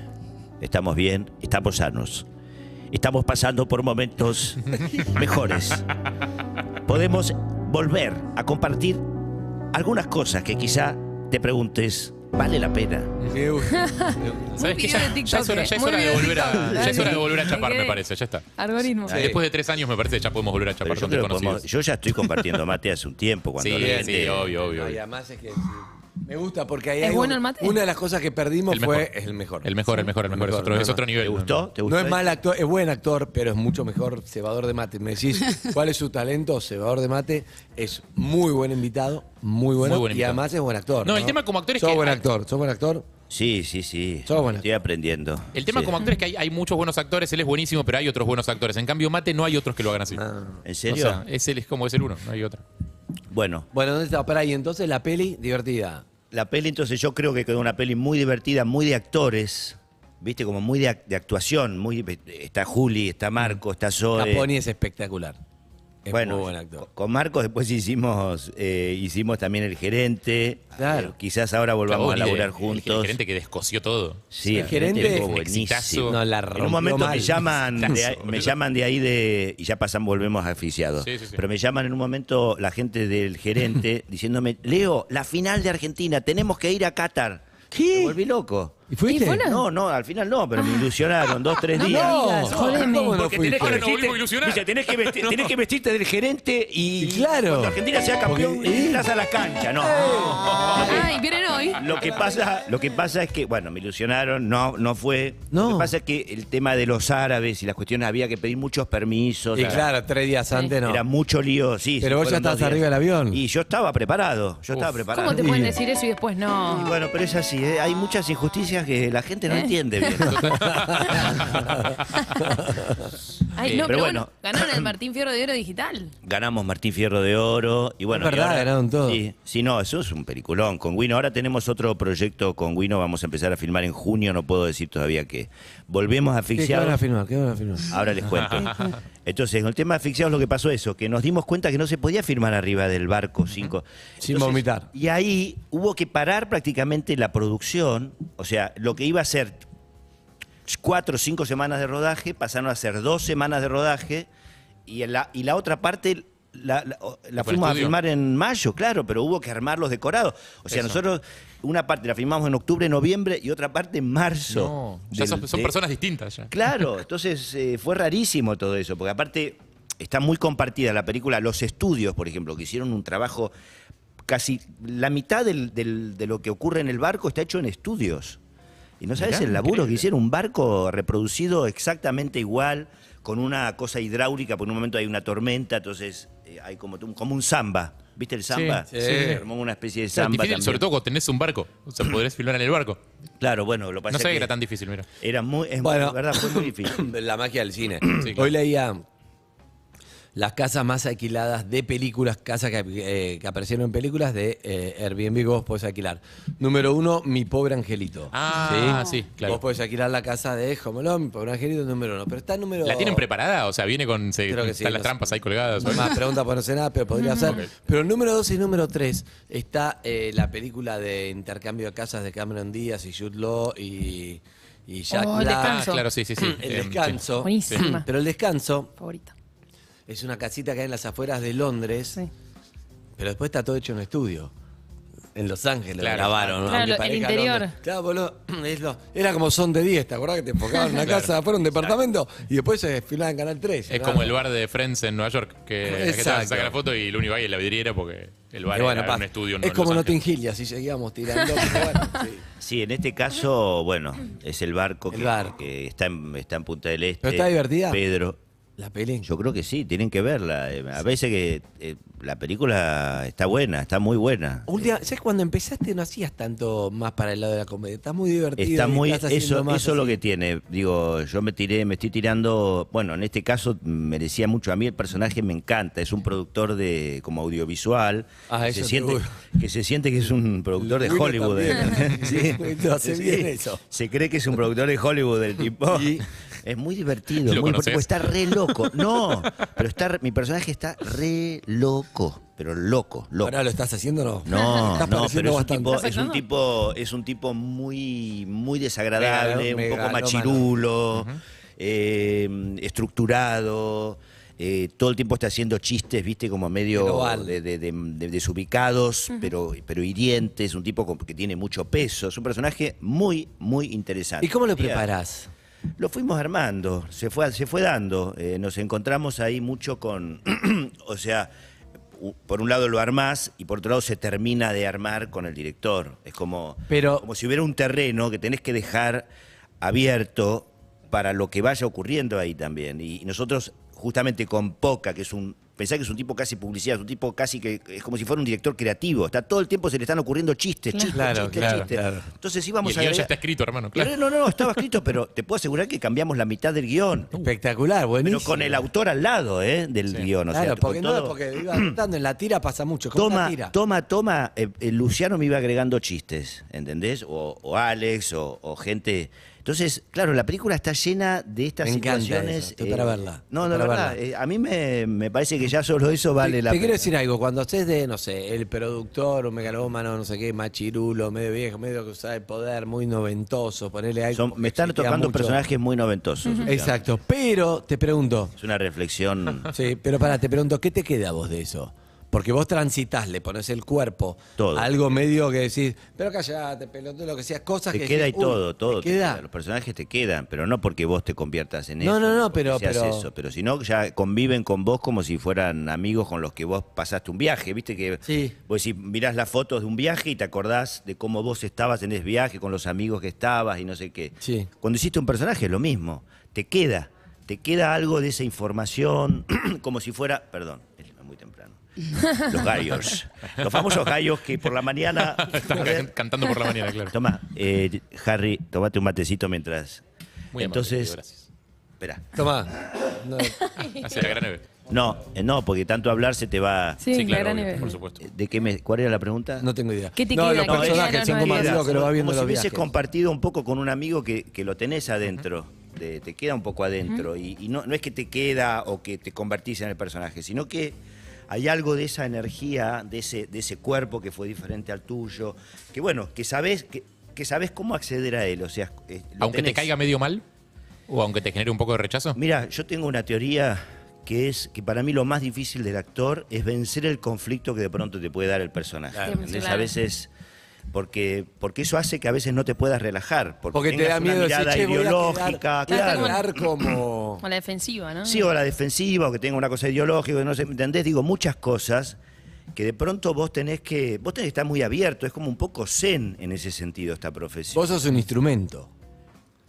estamos bien, estamos sanos. Estamos pasando por momentos mejores. Podemos volver a compartir algunas cosas que quizá te preguntes vale la pena.
Me gusta. me gusta.
Muy
¿Sabes qué?
video
Ya,
de
ya es hora, ya es
TikTok,
hora
eh. Muy
de volver
video
a,
de
ya es
TikTok.
hora de volver a
Me
chapar, me
quedé.
parece. Ya está.
Algoritmo.
Sí.
Después de tres años, me parece, ya podemos volver a
Pero
chapar
yo,
con
creo que podemos-
desconocidos.
yo ya estoy compartiendo mate hace un tiempo. Cuando
Sí,
la
sí,
gente-
obvio, obvio.
No, y
obvio.
además es que sí, me gusta porque ahí
¿Es
hay
bueno
un-
el mate?
una de las cosas que perdimos
El
fue
mejor.
el mejor.
El mejor, el mejor, el
El
mejor. Es
mejor,
otro,
no,
es
no.
otro nivel.
¿Te gustó? ¿Te gustó?
No es mal actor, es buen actor, pero es mucho mejor cebador de mate. Me decís cuál es su talento, cebador de mate. Es muy buen invitado, muy bueno.
Muy buen
y
invitado.
además es buen actor.
No, el tema como actor es
Sos
que-
buen actor, sos buen actor.
Sí, sí, sí.
Todo bueno.
Estoy aprendiendo.
El tema
Sí.
como actor es que hay, hay muchos buenos actores, él es buenísimo, pero hay otros buenos actores. En cambio, Mate no hay otros que lo hagan así.
Ah,
Ah.
¿En
O
serio?
eh,
sea, es él es como es el uno, no hay otro.
Bueno,
Bueno, ¿dónde está? Pará, y entonces la peli divertida.
la peli entonces yo creo que quedó una peli muy divertida, muy de actores, viste, como muy de, ac- de actuación, muy está Juli, está Marco, está Zoe.
Caponi es espectacular. Es
bueno,
muy buen actor.
con Marco después hicimos eh, hicimos también El Gerente.
Claro.
Eh, quizás ahora volvamos
Chabón,
a
y de-
laburar
el-
juntos.
El gerente que descosió todo.
Sí,
El gerente
estuvo
es un exitazo.
No, la
en
rompió
un momento
mal.
me llaman, de ahí-
Exitazo,
me
boludo.
llaman de ahí de y ya pasan volvemos a aficiados.
Sí, sí, sí.
Pero me llaman en un momento la gente del gerente diciéndome, "Leo, la final de Argentina, tenemos que ir a Qatar." Me volví loco.
¿Y fuiste?
¿Y fue una-
No, no, al final no, pero
Ah.
me ilusionaron dos, tres días.
No,
jodeme.
¿cómo no
Porque tenés
fuiste?
que Ahora nos volvimos a ilusionar.
Dice, tenés que, vesti- tenés que vestirte del gerente y,
Y claro.
cuando Argentina sea campeón,
Porque- ¿Eh?
entras a la cancha. No.
Ay, vienen hoy.
Lo que pasa, lo que pasa es que, bueno, me ilusionaron, no, no fue. Lo
No.
que pasa es que el tema de los árabes y las cuestiones había que pedir muchos permisos.
Y
era-
claro, tres días antes no.
Era mucho lío, sí. se
Pero vos ya
fueron dos
estabas
días.
arriba del avión.
Y yo estaba preparado, yo estaba
Uf.
preparado.
¿Cómo te
Y-
pueden decir eso y después
Y
no?
bueno, pero es así, ¿eh? hay muchas injusticias que la gente no
Eh.
entiende bien.
Ay,
Pero
no,
bueno.
pero bueno, ganaron el Martín Fierro de Oro Digital.
Ganamos Martín Fierro de Oro y bueno.
Es
y
verdad, ganaron todo.
Sí, sí, no, eso es un peliculón con Wino. Ahora tenemos otro proyecto con Wino, vamos a empezar a filmar en junio, no puedo decir todavía qué. Volvemos a
¿Qué, qué van a
asfixiados.
filmar? ¿Qué van a filmar?
Ahora les cuento. Entonces, en el tema de asfixiados lo que pasó eso, que nos dimos cuenta que no se podía firmar arriba del barco 5.
Sin vomitar.
Y ahí hubo que parar prácticamente la producción, o sea, lo que iba a ser cuatro o cinco semanas de rodaje, pasaron a ser dos semanas de rodaje, y en la, y la otra parte la, la- o- la
al
fuimos a
estudio.
filmar en mayo, claro, pero hubo que armar los decorados. O sea, nosotros una parte la filmamos en octubre, noviembre, y otra parte en marzo.
No, ya
del-
son, son
de-
personas distintas ya.
Claro, entonces eh, fue rarísimo todo eso, porque aparte está muy compartida la película. Los estudios, por ejemplo, que hicieron un trabajo, casi la mitad del- del- de lo que ocurre en el barco está hecho en estudios. Y no sabes
Mirá,
el laburo que
increíble.
hicieron, un barco reproducido exactamente igual, con una cosa hidráulica, por un momento hay una tormenta, entonces eh, hay como, un- como un samba. ¿Viste el samba?
sí.
Se armó una especie de
Es difícil,
samba. también.
sobre todo cuando tenés un barco. O sea, podrías filmar en el barco.
Claro, bueno, lo
No
pasé.
sabía que era tan difícil, mira.
Era muy, es-
Bueno.
la verdad, fue muy difícil.
La magia del cine.
claro.
Hoy leía las casas más alquiladas de películas, casas que, eh, que aparecieron en películas de eh, Airbnb que vos podés alquilar. Número uno, Mi Pobre Angelito.
Ah, sí, claro.
Vos podés alquilar la casa de Jomolón, Mi Pobre Angelito, número uno. Pero está número...
¿La tienen preparada? O sea, viene con. se-
Creo que sí,
están las
no sé.
trampas ahí colgadas. ¿eh?
No más preguntas por no sé nada, pero podría ser. Pero número dos y número tres está eh, la película de intercambio de casas de Cameron Díaz y Jude Law y, y Jack
Oh, El
Black.
Ah,
descanso.
claro, sí, sí, sí.
El
Eh,
descanso.
Buenísima.
Pero el descanso
Favorita.
es una casita que hay en las afueras de Londres,
Sí.
pero después está todo hecho en un estudio. En Los Ángeles lo
Claro.
grabaron, ¿no?
Claro,
Aunque
el
parezca
interior.
Londres. Claro, boludo, es lo- era como son de 10, ¿te acordás que te enfocaban en una
Claro.
casa, fuera un departamento y después se filmaba en Canal 3?
Es como el bar de Friends en Nueva York, que, la gente
Exacto.
saca la foto y el único ahí es la vidriera porque el bar
Y bueno,
era
pa,
un estudio. no
es
en
como
Los
no te
Ángeles.
ingilias y seguíamos tirando. pero bueno, sí.
Sí, en este caso, bueno, es el barco,
El
que,
barco.
que está, en, está en Punta del Este.
¿Pero está divertida?
Pedro.
La peli.
Yo creo que sí, tienen que verla. Eh, A veces que eh, la película está buena, está muy buena.
Última, ¿Sabes cuando empezaste no hacías tanto más para el lado de la comedia? Está muy divertido.
Está
y
muy,
estás haciendo
eso,
más
eso es lo
así.
que tiene. Digo, yo me tiré, me estoy tirando. Bueno, en este caso merecía mucho. A mí el personaje me encanta. Es un productor de como audiovisual.
Ah,
que
eso
se
te
siente,
gusta.
que se siente que es un productor de
Bueno,
Hollywood. ¿eh?
también.
Sí.
Lo hace bien eso.
Se cree que es un productor de Hollywood del tipo. Es muy divertido,
¿Lo
muy
conoces?
porque está re loco. No, pero está re- mi personaje está re loco, pero loco, loco.
Ahora lo estás haciendo o no?
No,
Estás
no,
pareciendo
pero es un,
bastante.
tipo, es un
sacando?
tipo, es un tipo muy, muy desagradable,
Megalo-
un poco
megalómano.
machirulo, eh, estructurado. eh, todo el tiempo está haciendo chistes, viste, como medio
Que no vale.
de, de- de- de- desubicados, pero, pero hirientes, un tipo con- que tiene mucho peso. Es un personaje muy, muy interesante.
¿Y cómo lo
Quería-
preparás?
Lo fuimos armando, se fue, se fue dando. Eh, nos encontramos ahí mucho con. o sea, u- por un lado lo armás y por otro lado se termina de armar con el director. Es como,
Pero-
como si hubiera un terreno que tenés que dejar abierto para lo que vaya ocurriendo ahí también. Y, y nosotros, justamente con Poca, que es un. Pensá que es un tipo casi publicidad, es un tipo casi que es como si fuera un director creativo. Está todo el tiempo se le están ocurriendo chistes, chistes,
Claro,
chistes,
claro,
chistes.
claro.
Entonces
Y
íbamos
el
a
guión ya
agregar-
está escrito, hermano,
pero
claro.
Eh, No, no, estaba escrito, pero te puedo asegurar que cambiamos la mitad del guión.
Espectacular, buenísimo.
Uh. Pero con el autor al lado, ¿eh? Del guión. O sea,
Claro,
con
porque no,
todo.
porque iba contando, en la tira pasa mucho. es como una
Toma,
tira.
toma, toma. eh, eh, Luciano me iba agregando chistes, ¿entendés? O, o Alex, o, o gente. Entonces, claro, la película está llena de estas
Me encanta
situaciones. eh,
eso, estoy para verla,
No, no,
estoy
la
para
verdad.
verla.
eh, a mí me, me parece que ya solo eso vale
te,
la
te
pena.
quiero decir algo, cuando estés de, no sé, el productor, un megalómano, no sé qué, machirulo, medio viejo, medio que usa el poder, muy noventoso, ponele algo.
Son-
porque
me están
existía
tocando
mucho.
personajes muy noventosos. Luciano.
Exacto, pero te pregunto,
Es una reflexión.
sí, pero pará, te pregunto, ¿qué te queda a vos de eso? Porque vos transitas, le pones el cuerpo,
Todo.
a algo medio que decís, pero callate, pelotudo, lo que sea, cosas
Te
que
queda y
decís, uy,
todo,
¿te
todo. te
queda?
queda. Los personajes te quedan, pero no porque vos te conviertas en
No,
eso.
no, no,
ni porque
pero-
seas
pero-
eso. Pero si no, ya conviven con vos como si fueran amigos con los que vos pasaste un viaje. Viste que
Sí.
vos decís, mirás las fotos de un viaje y te acordás de cómo vos estabas en ese viaje, con los amigos que estabas y no sé qué.
Sí.
Cuando hiciste un personaje es lo mismo. Te queda. Te queda algo de esa información, como si fuera. Perdón, es muy temprano. Los gallos. Los famosos gallos que por la mañana.
Estás can- cantando por la mañana, claro.
Toma, eh, Harry, tomate un matecito mientras.
Muy amable,
Entonces,
querido, gracias.
espera.
Tomá. No,
Hacia la gran neve.
No, eh, no, porque tanto hablar se te va.
Sí,
Sí, claro,
gran
obvio,
nivel.
por supuesto.
¿De qué me, ¿Cuál era la pregunta?
no tengo idea.
¿Qué te
no,
queda?
los
¿Qué te
personajes
queda?
son como amigos
No, no, no.
que lo va
como
viendo
si
los
hubieses
viajes.
compartido un poco con un amigo que, que lo tenés adentro. de- te queda un poco adentro. Y, y no, no es que te queda o que te convertís en el personaje, sino que hay algo de esa energía, de ese, de ese cuerpo que fue diferente al tuyo. Que bueno, que sabés, que, que sabés cómo acceder a él. O sea, eh, lo
Aunque te
tenés.
caiga medio mal, o aunque te genere un poco de rechazo.
Mira, yo tengo una teoría que es que para mí lo más difícil del actor es vencer el conflicto que de pronto te puede dar el personaje.
Claro.
¿entendés?
Claro.
A veces. Porque, porque eso hace que a veces no te puedas relajar. Porque,
Porque te
tengas
da miedo
una
decir,
mirada
"Che, voy a
ideológica.
quedar-
Claro,
claro.
quedar como...
O la defensiva, ¿no?
Sí, o la defensiva, o que tenga una cosa ideológica, no sé, ¿me ¿entendés? Digo, muchas cosas que de pronto vos tenés que. Vos tenés que estar muy abierto. Es como un poco zen en ese sentido esta profesión.
Vos sos un instrumento.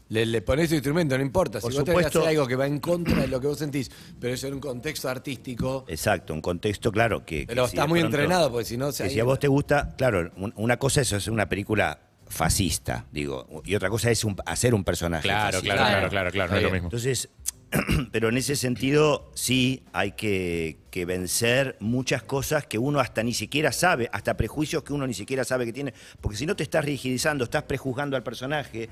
Le, le pones tu instrumento, no importa.
Por
si vos tenés que
supuesto.
hacer algo que va en contra de lo que vos sentís, pero eso en un contexto artístico.
Exacto, un contexto, claro, que... que
Pero
si
está
de
muy entrenado, porque si no, se-
que si a vos te gusta, claro, un- una cosa es hacer una película fascista, digo, y otra cosa es un- hacer un personaje
Claro,
fascista.
claro, claro, claro, claro, no es lo
Está bien.
mismo.
Entonces, pero en ese sentido sí hay que, que vencer muchas cosas que uno hasta ni siquiera sabe, hasta prejuicios que uno ni siquiera sabe que tiene, porque si no te estás rigidizando, estás prejuzgando al personaje,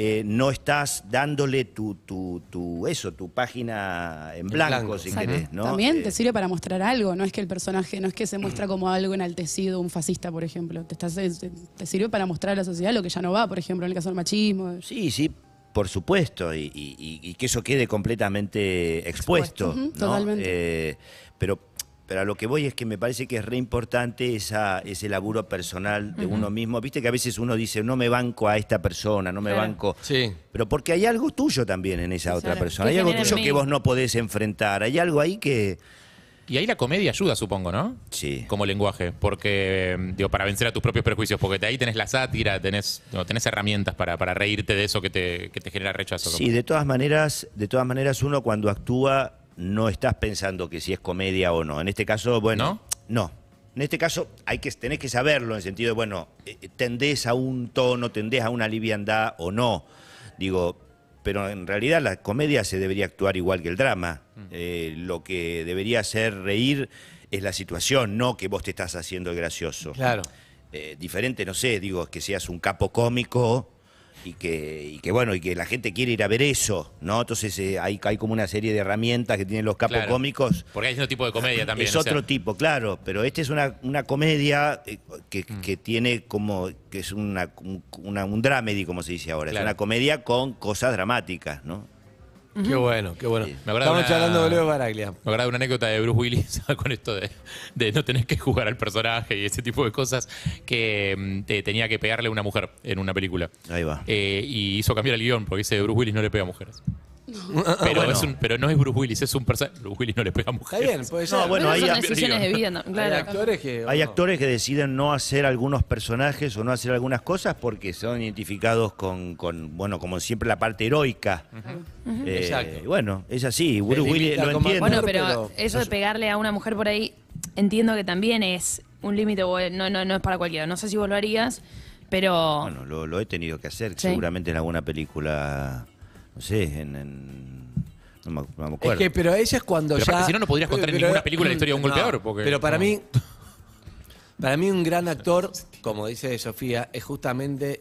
eh, no estás dándole tu, tu, tu- eso, tu página en blanco,
blanco.
si
Exacto.
querés, ¿no?
También
Eh,
te sirve para mostrar algo, no es que el personaje, no es que se muestra como algo enaltecido, un fascista, por ejemplo. Te, estás, eh, te- te sirve para mostrar a la sociedad lo que ya no va, por ejemplo, en el caso del machismo.
Sí, sí, por supuesto, y, y- y- y que eso quede completamente expuesto.
Expuesto, ujú,
¿no?
totalmente.
Eh, pero, pero a lo que voy es que me parece que es re importante esa, ese laburo personal de uno mismo. Viste que a veces uno dice, no me banco a esta persona, no me
Claro.
banco.
Sí.
Pero porque hay algo tuyo también en esa otra
Claro.
persona.
Que
Hay algo
genera en
tuyo
mí.
que vos no podés enfrentar. Hay algo ahí que.
Y ahí la comedia ayuda, supongo, ¿no?
Sí.
Como lenguaje, porque, eh, digo, para vencer a tus propios prejuicios, porque ahí tenés la sátira, tenés, no, tenés herramientas para, para reírte de eso que te, que te genera rechazo.
Sí, de todas maneras, de todas maneras uno cuando actúa no estás pensando que si es comedia o no. En este caso, bueno, no. En este caso hay que tenés que saberlo en el sentido de bueno, eh, tendés a un tono, tendés a una liviandad o no. Digo, pero en realidad la comedia se debería actuar igual que el drama. Eh, lo que debería hacer reír es la situación, no que vos te estás haciendo el gracioso
Claro.
eh, diferente, no sé, digo, que seas un capo cómico y que, y que bueno, y que la gente quiere ir a ver eso, ¿no? Entonces eh, hay, hay como una serie de herramientas que tienen los capos
Claro.
cómicos.
Porque hay otro tipo de comedia también.
es
o sea,
otro tipo, claro, pero esta es una, una comedia eh, que,
Mm.
que tiene como, que es una, un- una- un dramedy, como se dice ahora,
Claro.
es una comedia con cosas dramáticas, ¿no?
Qué bueno, qué bueno.
Me acuerdo
Estamos
de una-
charlando con Leo Baraglia.
Me acuerdo de una anécdota de Bruce Willis con esto de, de no tener que jugar al personaje y ese tipo de cosas que mm, te- tenía que pegarle a una mujer en una película.
Ahí va.
Eh, y hizo cambiar el guión porque dice Bruce Willis no le pega a mujeres.
Ah,
Pero, es un- pero no es Bruce Willis, es un personaje. Bruce Willis no le pega a
Está
mujeres.
bien, puede ser.
No, bueno,
Pero
ahí
son
hay-
decisiones de vida, no,
Hay
claro.
actores que.
Hay
bueno,
actores que deciden no hacer algunos personajes o no hacer algunas cosas porque son identificados con, con, bueno, como siempre, la parte heroica. Eh,
Exacto.
y bueno, es así. Bruce
limita
Willis lo
como-
entiendo.
Bueno,
menor,
pero,
pero
eso de pegarle a una mujer por ahí, entiendo que también es un límite, o no, no, no es para cualquiera. No sé si vos lo harías, pero
Bueno, lo, lo he tenido que hacer
Sí.
seguramente en alguna película, no sé, en... en- no, me, no me
Es
acuerdo.
que, pero eso es cuando
Pero
ya.
aparte, si no, no podrías contar en ninguna película la historia de un golpeador, porque-
pero para
no.
mí. Para mí, un gran actor, como dice Sofía, es justamente.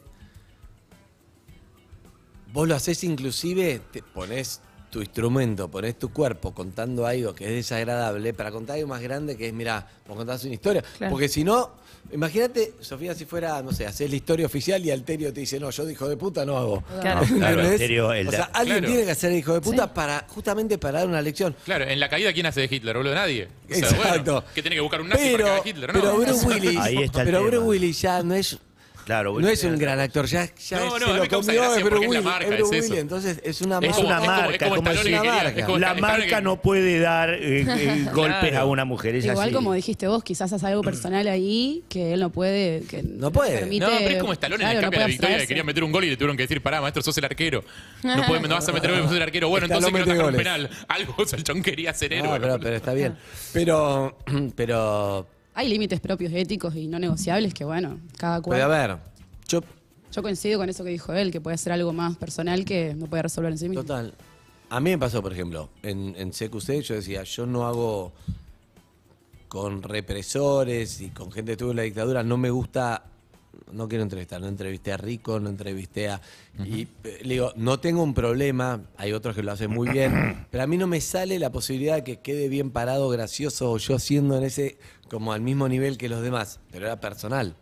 Vos lo haces inclusive, te pones tu instrumento, pones tu cuerpo contando algo que es desagradable para contar algo más grande que es, mira, vos contás una historia.
Claro.
Porque si no, imagínate, Sofía, si fuera, no sé, haces la historia oficial y Alterio te dice, no, yo de hijo de puta no hago.
Claro.
No, claro,
¿Entendés?
Alterio, el
o sea,
da-
alguien
Claro.
tiene que hacer el hijo de puta para justamente para dar una lección.
Claro, en la caída, ¿quién hace de Hitler? Boludo, nadie. O sea,
Exacto.
bueno, ¿Qué tiene que buscar un nazi
pero,
para cagar a Hitler? No.
pero Bruce Willis,
Ahí está el
pero
tema.
Bruce Willis ya no es
Claro,
no es un gran actor, ya, ya
No,
es-
no,
se
a mí me
lo
causa
comió
gracia
es Bruce
porque es la
Willis,
marca,
es Bruce
es eso.
Willis, entonces es una
Es
marca.
una
es como-
marca,
es como
como
Stallone
es
una
que quería-
marca.
es como
La
Stallone
marca
que-
no puede dar eh, eh, golpes a una mujer, es
Igual
así.
como dijiste vos, quizás hace algo personal ahí que él no puede. Que
No puede.
le permite-
No, pero es como Estalón en
Claro,
el
no
cambio
puede
de la victoria que
abstraerse.
quería meter un gol y le tuvieron que decir, pará, maestro, sos el arquero. No, podés- no vas a meter gol, sos el arquero. Bueno,
Stallone
entonces quiero
mete
atacar un
goles.
penal. Algo Salchón quería ser
No,
héroe.
pero, pero está bien. Pero, pero,
Hay límites propios éticos y no negociables que, bueno, cada cual.
pero a ver, yo
Yo coincido con eso que dijo él, que puede ser algo más personal que no puede resolver en sí mismo.
Total. A mí me pasó, por ejemplo, en, en CQC yo decía, yo no hago con represores y con gente que estuvo en la dictadura, no me gusta, no quiero entrevistar, no entrevisté a Rico, no entrevisté a... Y eh, le digo, no tengo un problema, hay otros que lo hacen muy bien, pero a mí no me sale la posibilidad de que quede bien parado, gracioso, o yo siendo en ese, como al mismo nivel que los demás, pero era personal.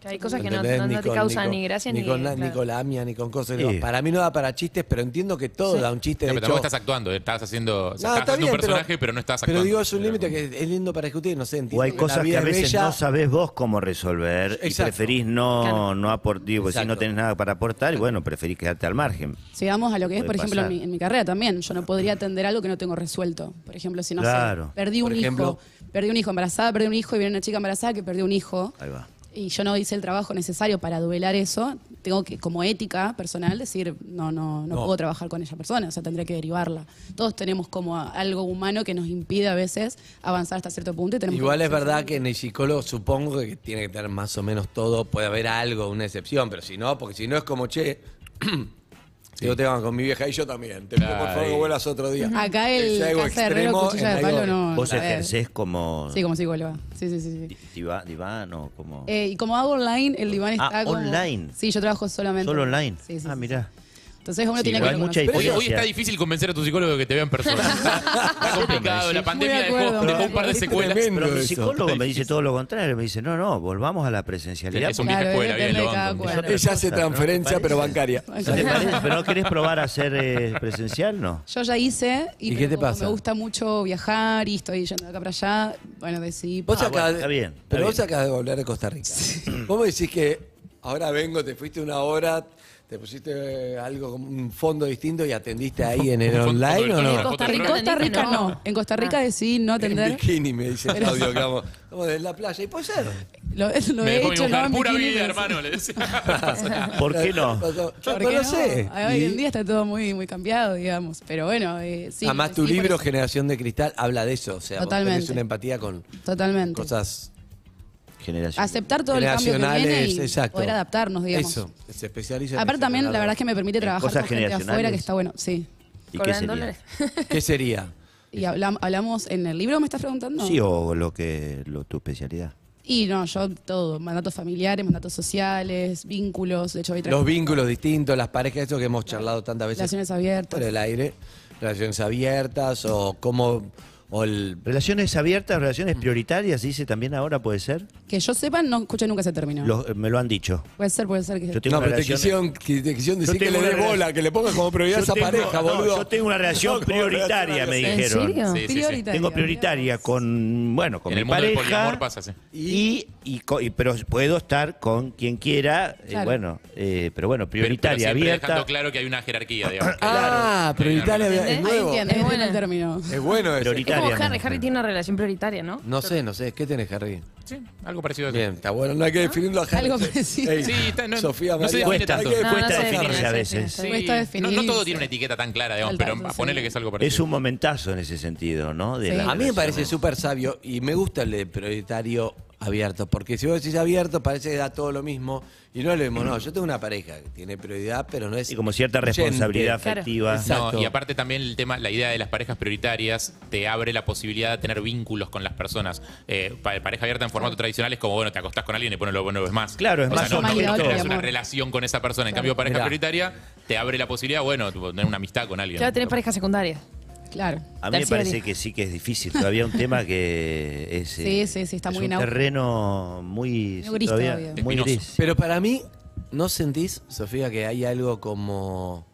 que hay cosas que no,
¿Entendés?
no- no te
con-
causan
con-
ni gracia ni.
con, la- ni
claro.
con la AMIA, ni con cosas.
Sí.
No, Para mí no da para chistes, pero entiendo que todo da un chiste. de
No, pero tampoco
hecho-
estás actuando, eh, estás haciendo, o sea,
No,
estás
está
haciendo
bien,
un personaje, pero, no estás actuando.
Pero digo, es un límite que es- es lindo para discutir, no sé, entiendo
O hay
que
cosas
la
que
vida
a
es
veces
bella.
no sabés vos cómo resolver y
Exacto.
preferís no,
Claro.
no aportar, digo, porque si no
Exacto.
tenés nada para aportar, y bueno, preferís quedarte al margen.
Sigamos a lo que es,
Puede
por ejemplo, en
pasar.
mi, en mi carrera también. Yo no podría atender algo que no tengo resuelto. Por ejemplo, si no sé,
Claro.
perdí un
Por ejemplo.
hijo, perdí un hijo embarazada, perdí un hijo y viene una chica embarazada que perdió un hijo.
Ahí va.
y yo no hice el trabajo necesario para duelar eso, tengo que, como ética personal, decir, no, no,
No.
no, puedo trabajar con esa persona, o sea, tendría que derivarla. Todos tenemos como a- algo humano que nos impide a veces avanzar hasta cierto punto y tenemos
Igual
que-
es verdad que en el psicólogo supongo que tiene que tener más o menos todo, puede haber algo, una excepción, pero si no, porque si no es como, che, si yo te van con mi vieja y yo también, te pido por
Claro,
favor
ahí.
vuelas otro día.
Acá
Es
el
algo
Casa de Herrero,
extremo,
cuchilla
es
de palo,
algo-
no.
Vos
la verdad.
ejercés como
Sí, como psicóloga. Sí, sí, sí. sí.
diva- diván o como...
Eh, y como hago online, el diván
Ah,
está como...
online.
Sí, yo trabajo solamente.
Solo online.
Sí, sí,
ah,
sí.
mirá.
Entonces uno
Sí,
tiene
igual
que...
hay mucha
reconocer.
Hoy, hoy
Diferencia.
está difícil convencer a tu psicólogo de que te vea en persona. Está, está complicado, la pandemia
Muy de acuerdo.
dejó, dejó un par de
Es
secuelas.
tremendo
Pero mi
eso.
psicólogo me dice todo lo contrario, me dice, no, no, volvamos a la presencialidad.
Es un
porque
vieja
Claro,
escuela,
depende
bien, lo
de cada
banco.
cual.
Ella hace transferencia, pero bancaria.
¿No te parece? ¿Pero no querés probar a ser eh, presencial? No.
Yo ya hice y,
¿Y
pero
qué te
como
pasa?
me gusta mucho viajar y estoy yendo de acá para allá. Bueno, decidí.
Vos
pa,
Ah,
acabas
bueno,
de-
está bien, está
pero vos
bien.
acabas de volver de Costa Rica. Vos me decís que ahora vengo, te fuiste una hora, te pusiste eh, algo como un fondo distinto y atendiste ahí en el
Un fondo
online o
distinto,
no?
una foto.
bueno. en Costa Rica no. En Costa Rica decidí no
En
atender.
bikini me dice
Pero-
Claudio, que vamos, vamos de la playa. Y puede ser.
Lo, lo
Me
he
dejó mi
hecho, ¿no?
mujer,
En
pura
bikini,
vida,
pero-
hermano, le decía.
¿Por qué no?
Yo
¿Por
no
qué
lo
no?
sé.
Ah, Hoy
Y-
en día está todo muy, muy cambiado, digamos. Pero bueno, eh, sí.
Además, tu
sí, por
libro
eso.
Generación de Cristal habla de eso. O sea, vos tenés
Totalmente.
una empatía con
Totalmente.
cosas
Generación.
Aceptar todo el cambio que viene
generacionales.
y
exacto.
poder adaptarnos, digamos.
Eso, se especializa en
Aparte
eso,
también, la verdad es que me permite trabajar
cosas
con gente afuera,
generacionales.
que está bueno. Sí.
¿Y
Cobran
qué sería?
dólares.
¿Qué sería?
Y hablam- hablamos en el libro, ¿me estás preguntando?
Sí, o lo que lo, tu especialidad.
Y no, yo todo, mandatos familiares, mandatos sociales, vínculos, de hecho hoy
Los
traigo
vínculos distintos, las parejas, eso que hemos charlado tantas veces.
relaciones abiertas.
por el aire, relaciones abiertas o cómo o el
Mm. ¿Relaciones abiertas, relaciones prioritarias, dice también ahora, puede ser?
Que yo sepa, no escuché nunca ese término.
Lo- me lo han dicho.
Puede ser, puede ser que...
Yo tengo
No,
una
pero te
relación-
quisieron, qui- te quisieron
Yo
decir que
tengo
le
una
dé
relación-
bola, que le pongas como prioridad
Yo
a esa
tengo-
pareja,
no,
boludo.
yo tengo una relación
como
prioritaria, me
relación-
¿En
dijeron.
serio?
Sí, sí, sí.
Prioritaria.
Tengo prioritaria con, bueno, con
En
mi
el mundo del
pareja.
poliamor pasa así.
Y, y co- y- pero puedo estar con quien quiera, eh,
Claro.
bueno, eh, pero bueno,
Pero-
prioritaria,
pero siempre
abierta.
Dejando claro que hay una jerarquía, digamos.
Ah, prioritaria, es
¿Entendés?
Ahí
nuevo.
entiendo,
Es
ahí entiendo
buena.
el término.
Es bueno eso.
Es
Prioritaria.
como Harry. Harry tiene una relación prioritaria, ¿no?
No sé, no sé, ¿qué tenés, Harry?
Sí, algo parecido a eso.
Bien, está bueno, no hay que definirlo a Harry.
Algo parecido.
Ey,
Sí, está- no-
Sofía
no
María,
se define
hay
Cuesta,
tanto.
que-
No, no
cuesta
se
definirse
define,
a
sí,
veces.
sí,
Sí,
Cuesta
no,
definirse.
no todo tiene una etiqueta tan clara, digamos, pero
Exacto, sí.
ponele que es algo parecido.
Es un momentazo en ese sentido, ¿no? De
Sí.
la
A mí me
relación.
parece súper sabio y me gusta el de prioritario abierto, porque si vos decís abierto parece que da todo lo mismo y no es lo mismo. No, yo tengo una pareja que tiene prioridad, pero no es...
Y como cierta
oyente.
responsabilidad
Claro.
afectiva.
Exacto.
No, y aparte también el tema, la idea de las parejas prioritarias te abre la posibilidad de tener vínculos con las personas. Eh, pa- pareja abierta en formato tradicional es como, bueno, te acostás con alguien y pones lo bueno, ves más.
Claro, es
O sea,
más
no- no,
formalidad,
no
otro
creas una
amor.
relación con esa persona. En cambio, pareja
Mirá.
prioritaria te abre la posibilidad, bueno, tipo, tener una amistad con alguien.
Ya tenés pareja secundaria.
Claro.
A mí me
Terciaria.
parece que sí que es difícil. Todavía un tema que es, eh,
Sí, sí, sí, está
es
muy
un
en auge.
terreno muy
Muy gris todavía.
muy
Espinoso.
gris.
Pero para mí, ¿no sentís, Sofía, que hay algo como...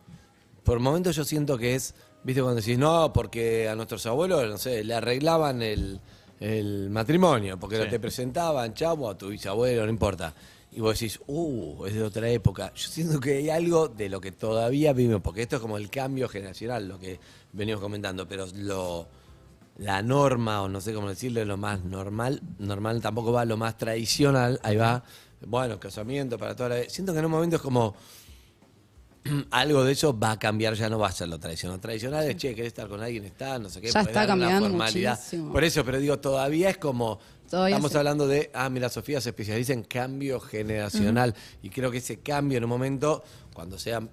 Por momentos yo siento que es, viste, cuando decís, no, porque a nuestros abuelos, no sé, le arreglaban el, el matrimonio, porque no te presentaban, chavo, a tu bisabuelo, no importa. Y vos decís, uh, es de otra época. Yo siento que hay algo de lo que todavía vivimos, porque esto es como el cambio generacional, lo que venimos comentando, pero lo la norma, o no sé cómo decirle, lo más normal, normal tampoco va lo más tradicional, ahí va, bueno, casamiento para toda la vida. Siento que en un momento es como algo de eso va a cambiar, ya no va a ser lo tradicional. Lo tradicional es, che, querés estar con alguien, está, no sé qué,
Ya
podés
está
dar una
cambiando
formalidad.
muchísimo.
Por eso, pero digo, todavía es como,
Todavía
estamos
se-
hablando de, ah, mira, Sofía se especializa en cambio generacional y creo que ese cambio en un momento, cuando sean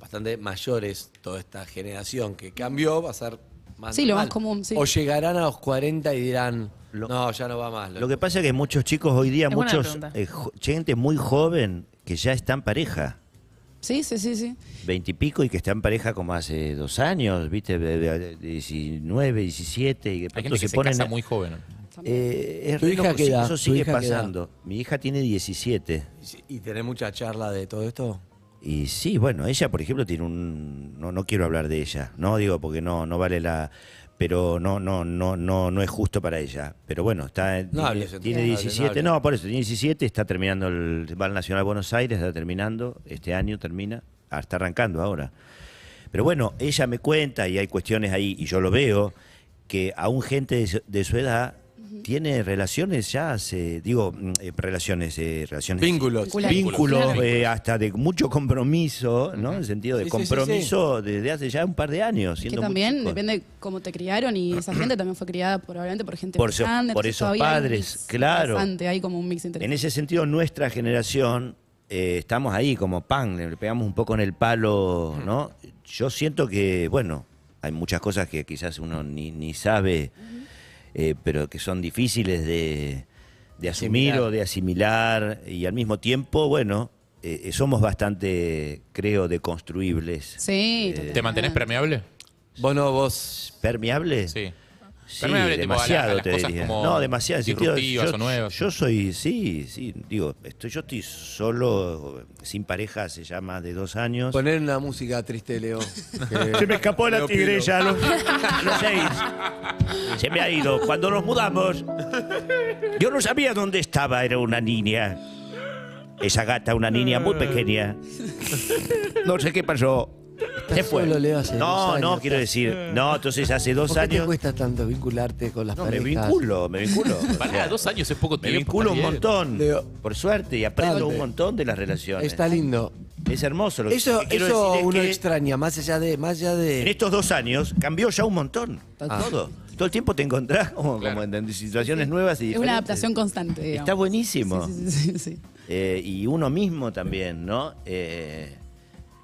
bastante mayores toda esta generación que cambió, va a ser más
Sí, lo
normal.
más común, sí.
O llegarán a los 40 y dirán,
Lo-
no, ya no va más.
Lo que pasa es que muchos chicos hoy día,
Es buena
muchos
pregunta.
eh, jo- gente muy joven que ya está en pareja.
Sí, sí, sí, sí.
veintipico y que está en pareja como hace dos años, ¿viste? De- de- de 19, 17 y que
Hay
pronto
gente que se,
ponen-
casa muy joven.
Eh, es
¿Tu
re
hija
loco,
qué
sí,
edad?
Eso
¿Tu
sigue
hija qué
pasando. Mi hija tiene 17.
¿Y tener mucha charla de todo esto?
Y sí, bueno, ella, por ejemplo, tiene un... No, no quiero hablar de ella, ¿no? Digo, porque no, no vale la... Pero no, no, no, no, no es justo para ella. Pero bueno, está
No
tiene-
hables, entonces,
tiene
no hables,
17.
no hables.
No, por eso, tiene 17, está terminando el va al Nacional de Buenos Aires, está terminando, este año termina, ah, está arrancando ahora. Pero bueno, ella me cuenta y hay cuestiones ahí, y yo lo veo, que aún gente de su, de su edad tiene relaciones ya hace, digo, mm, eh, relaciones, eh, relaciones
Vínculos.
Vincular.
vínculos
Claro.
eh, hasta de mucho compromiso, ¿no? En el sentido de
Sí, sí, sí,
compromiso desde hace ya un par de años.
Que
siendo muy
también
chicos.
depende cómo te criaron y esa gente también fue criada probablemente por gente
Por
más
eso-
grande.
por
entonces
esos
todavía hay un
padres,
mix
claro.
interesante, Hay como un mix interesante.
En ese sentido, nuestra generación, eh, estamos ahí como pan, le pegamos un poco en el palo, ¿no? Yo siento que, bueno, hay muchas cosas que quizás uno ni, ni sabe, eh, pero que son difíciles de, de asumir
Asimilar.
o de asimilar, y al mismo tiempo, bueno, eh, eh, somos bastante, creo, deconstruibles.
Sí, Ah.
¿Te mantenés permeable?
Vos no, vos...
¿Permeable?
Sí.
Sí,
Permeable, tipo, a la- a
demasiado,
las
te
cosas
diría.
como
no, demasiado. en sentido de-
disruptivas
yo,
o nuevas.
Yo soy, sí, sí, digo, estoy, yo estoy solo, sin pareja hace ya más de dos años.
Poner una música triste, Leo.
se me escapó la tigresa, los, los seis. Se me ha ido. Cuando nos mudamos, yo no sabía dónde estaba, era una niña. Esa gata, una niña muy pequeña. No sé qué pasó. Se
Estás
fue.
solo, Leo, hace
no,
dos
no,
años,
quiero
estás-
decir. No, entonces hace dos
¿Por qué te
años.
cuesta tanto vincularte con las
No, me
parejas?
vinculo, me vinculo. O
Pará,
sea,
dos años es poco
Me
tiempo.
vinculo un
también.
montón,
Leo.
por suerte, y aprendo
Dale.
un montón de las relaciones.
Está lindo.
Es hermoso. Lo que-
Eso,
lo que quiero
eso
decir es
uno
que
extraña, más allá de... Más allá
En este
de
estos dos años cambió ya un montón.
Ah.
Total.
Todo. Todo el tiempo te encontrás como,
Claro.
como en, en situaciones nuevas y
es una
diferentes.
adaptación constante. digamos.
Está buenísimo.
Sí, sí, sí, sí, sí.
Eh, y uno mismo también, ¿no? Eh,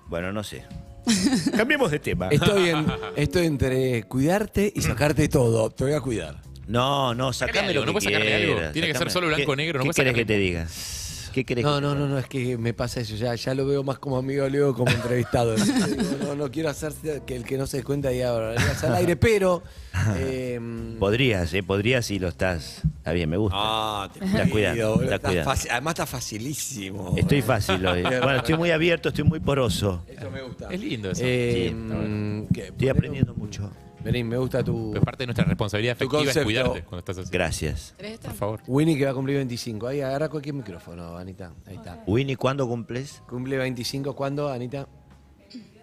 bueno, no sé. Cambiemos de tema.
estoy, en, estoy entre cuidarte y sacarte todo. Te voy a cuidar.
No, no, sacame
algo,
lo que
no puedes sacarle algo.
quieras,
Tiene que ser
sacame-
solo blanco o
¿Qué-
negro, no
¿Qué
puedes
querés
sacarle-
que te diga? ¿Qué querés que
No,
te
no, no, no, es que me pasa eso. Ya, ya lo veo más como amigo Leo, como entrevistado. Digo, no, no quiero hacer que el que no se dé cuenta diga ahora. al aire, pero. eh,
Podrías, ¿eh? Podrías si lo estás. Está bien, me gusta.
Ah, te
Está
cuido,
cuidando,
boludo,
está
estás
cuidando.
faci- Además está facilísimo.
Estoy fácil hoy. Bueno, estoy muy abierto, estoy muy poroso.
Eso me gusta.
Es lindo eso.
Eh,
Sí, está
mm, que-
Estoy aprendiendo mucho.
Vení, me gusta tu...
Es parte de nuestra responsabilidad
Tu
afectiva es
concepto.
cuidarte cuando estás así.
Gracias.
¿Tres esta?
Por favor.
Winnie que va a cumplir 25. Ahí agarra cualquier micrófono, Anita. Ahí está.
Winnie, ¿cuándo cumples?
Cumple 25, ¿cuándo, Anita?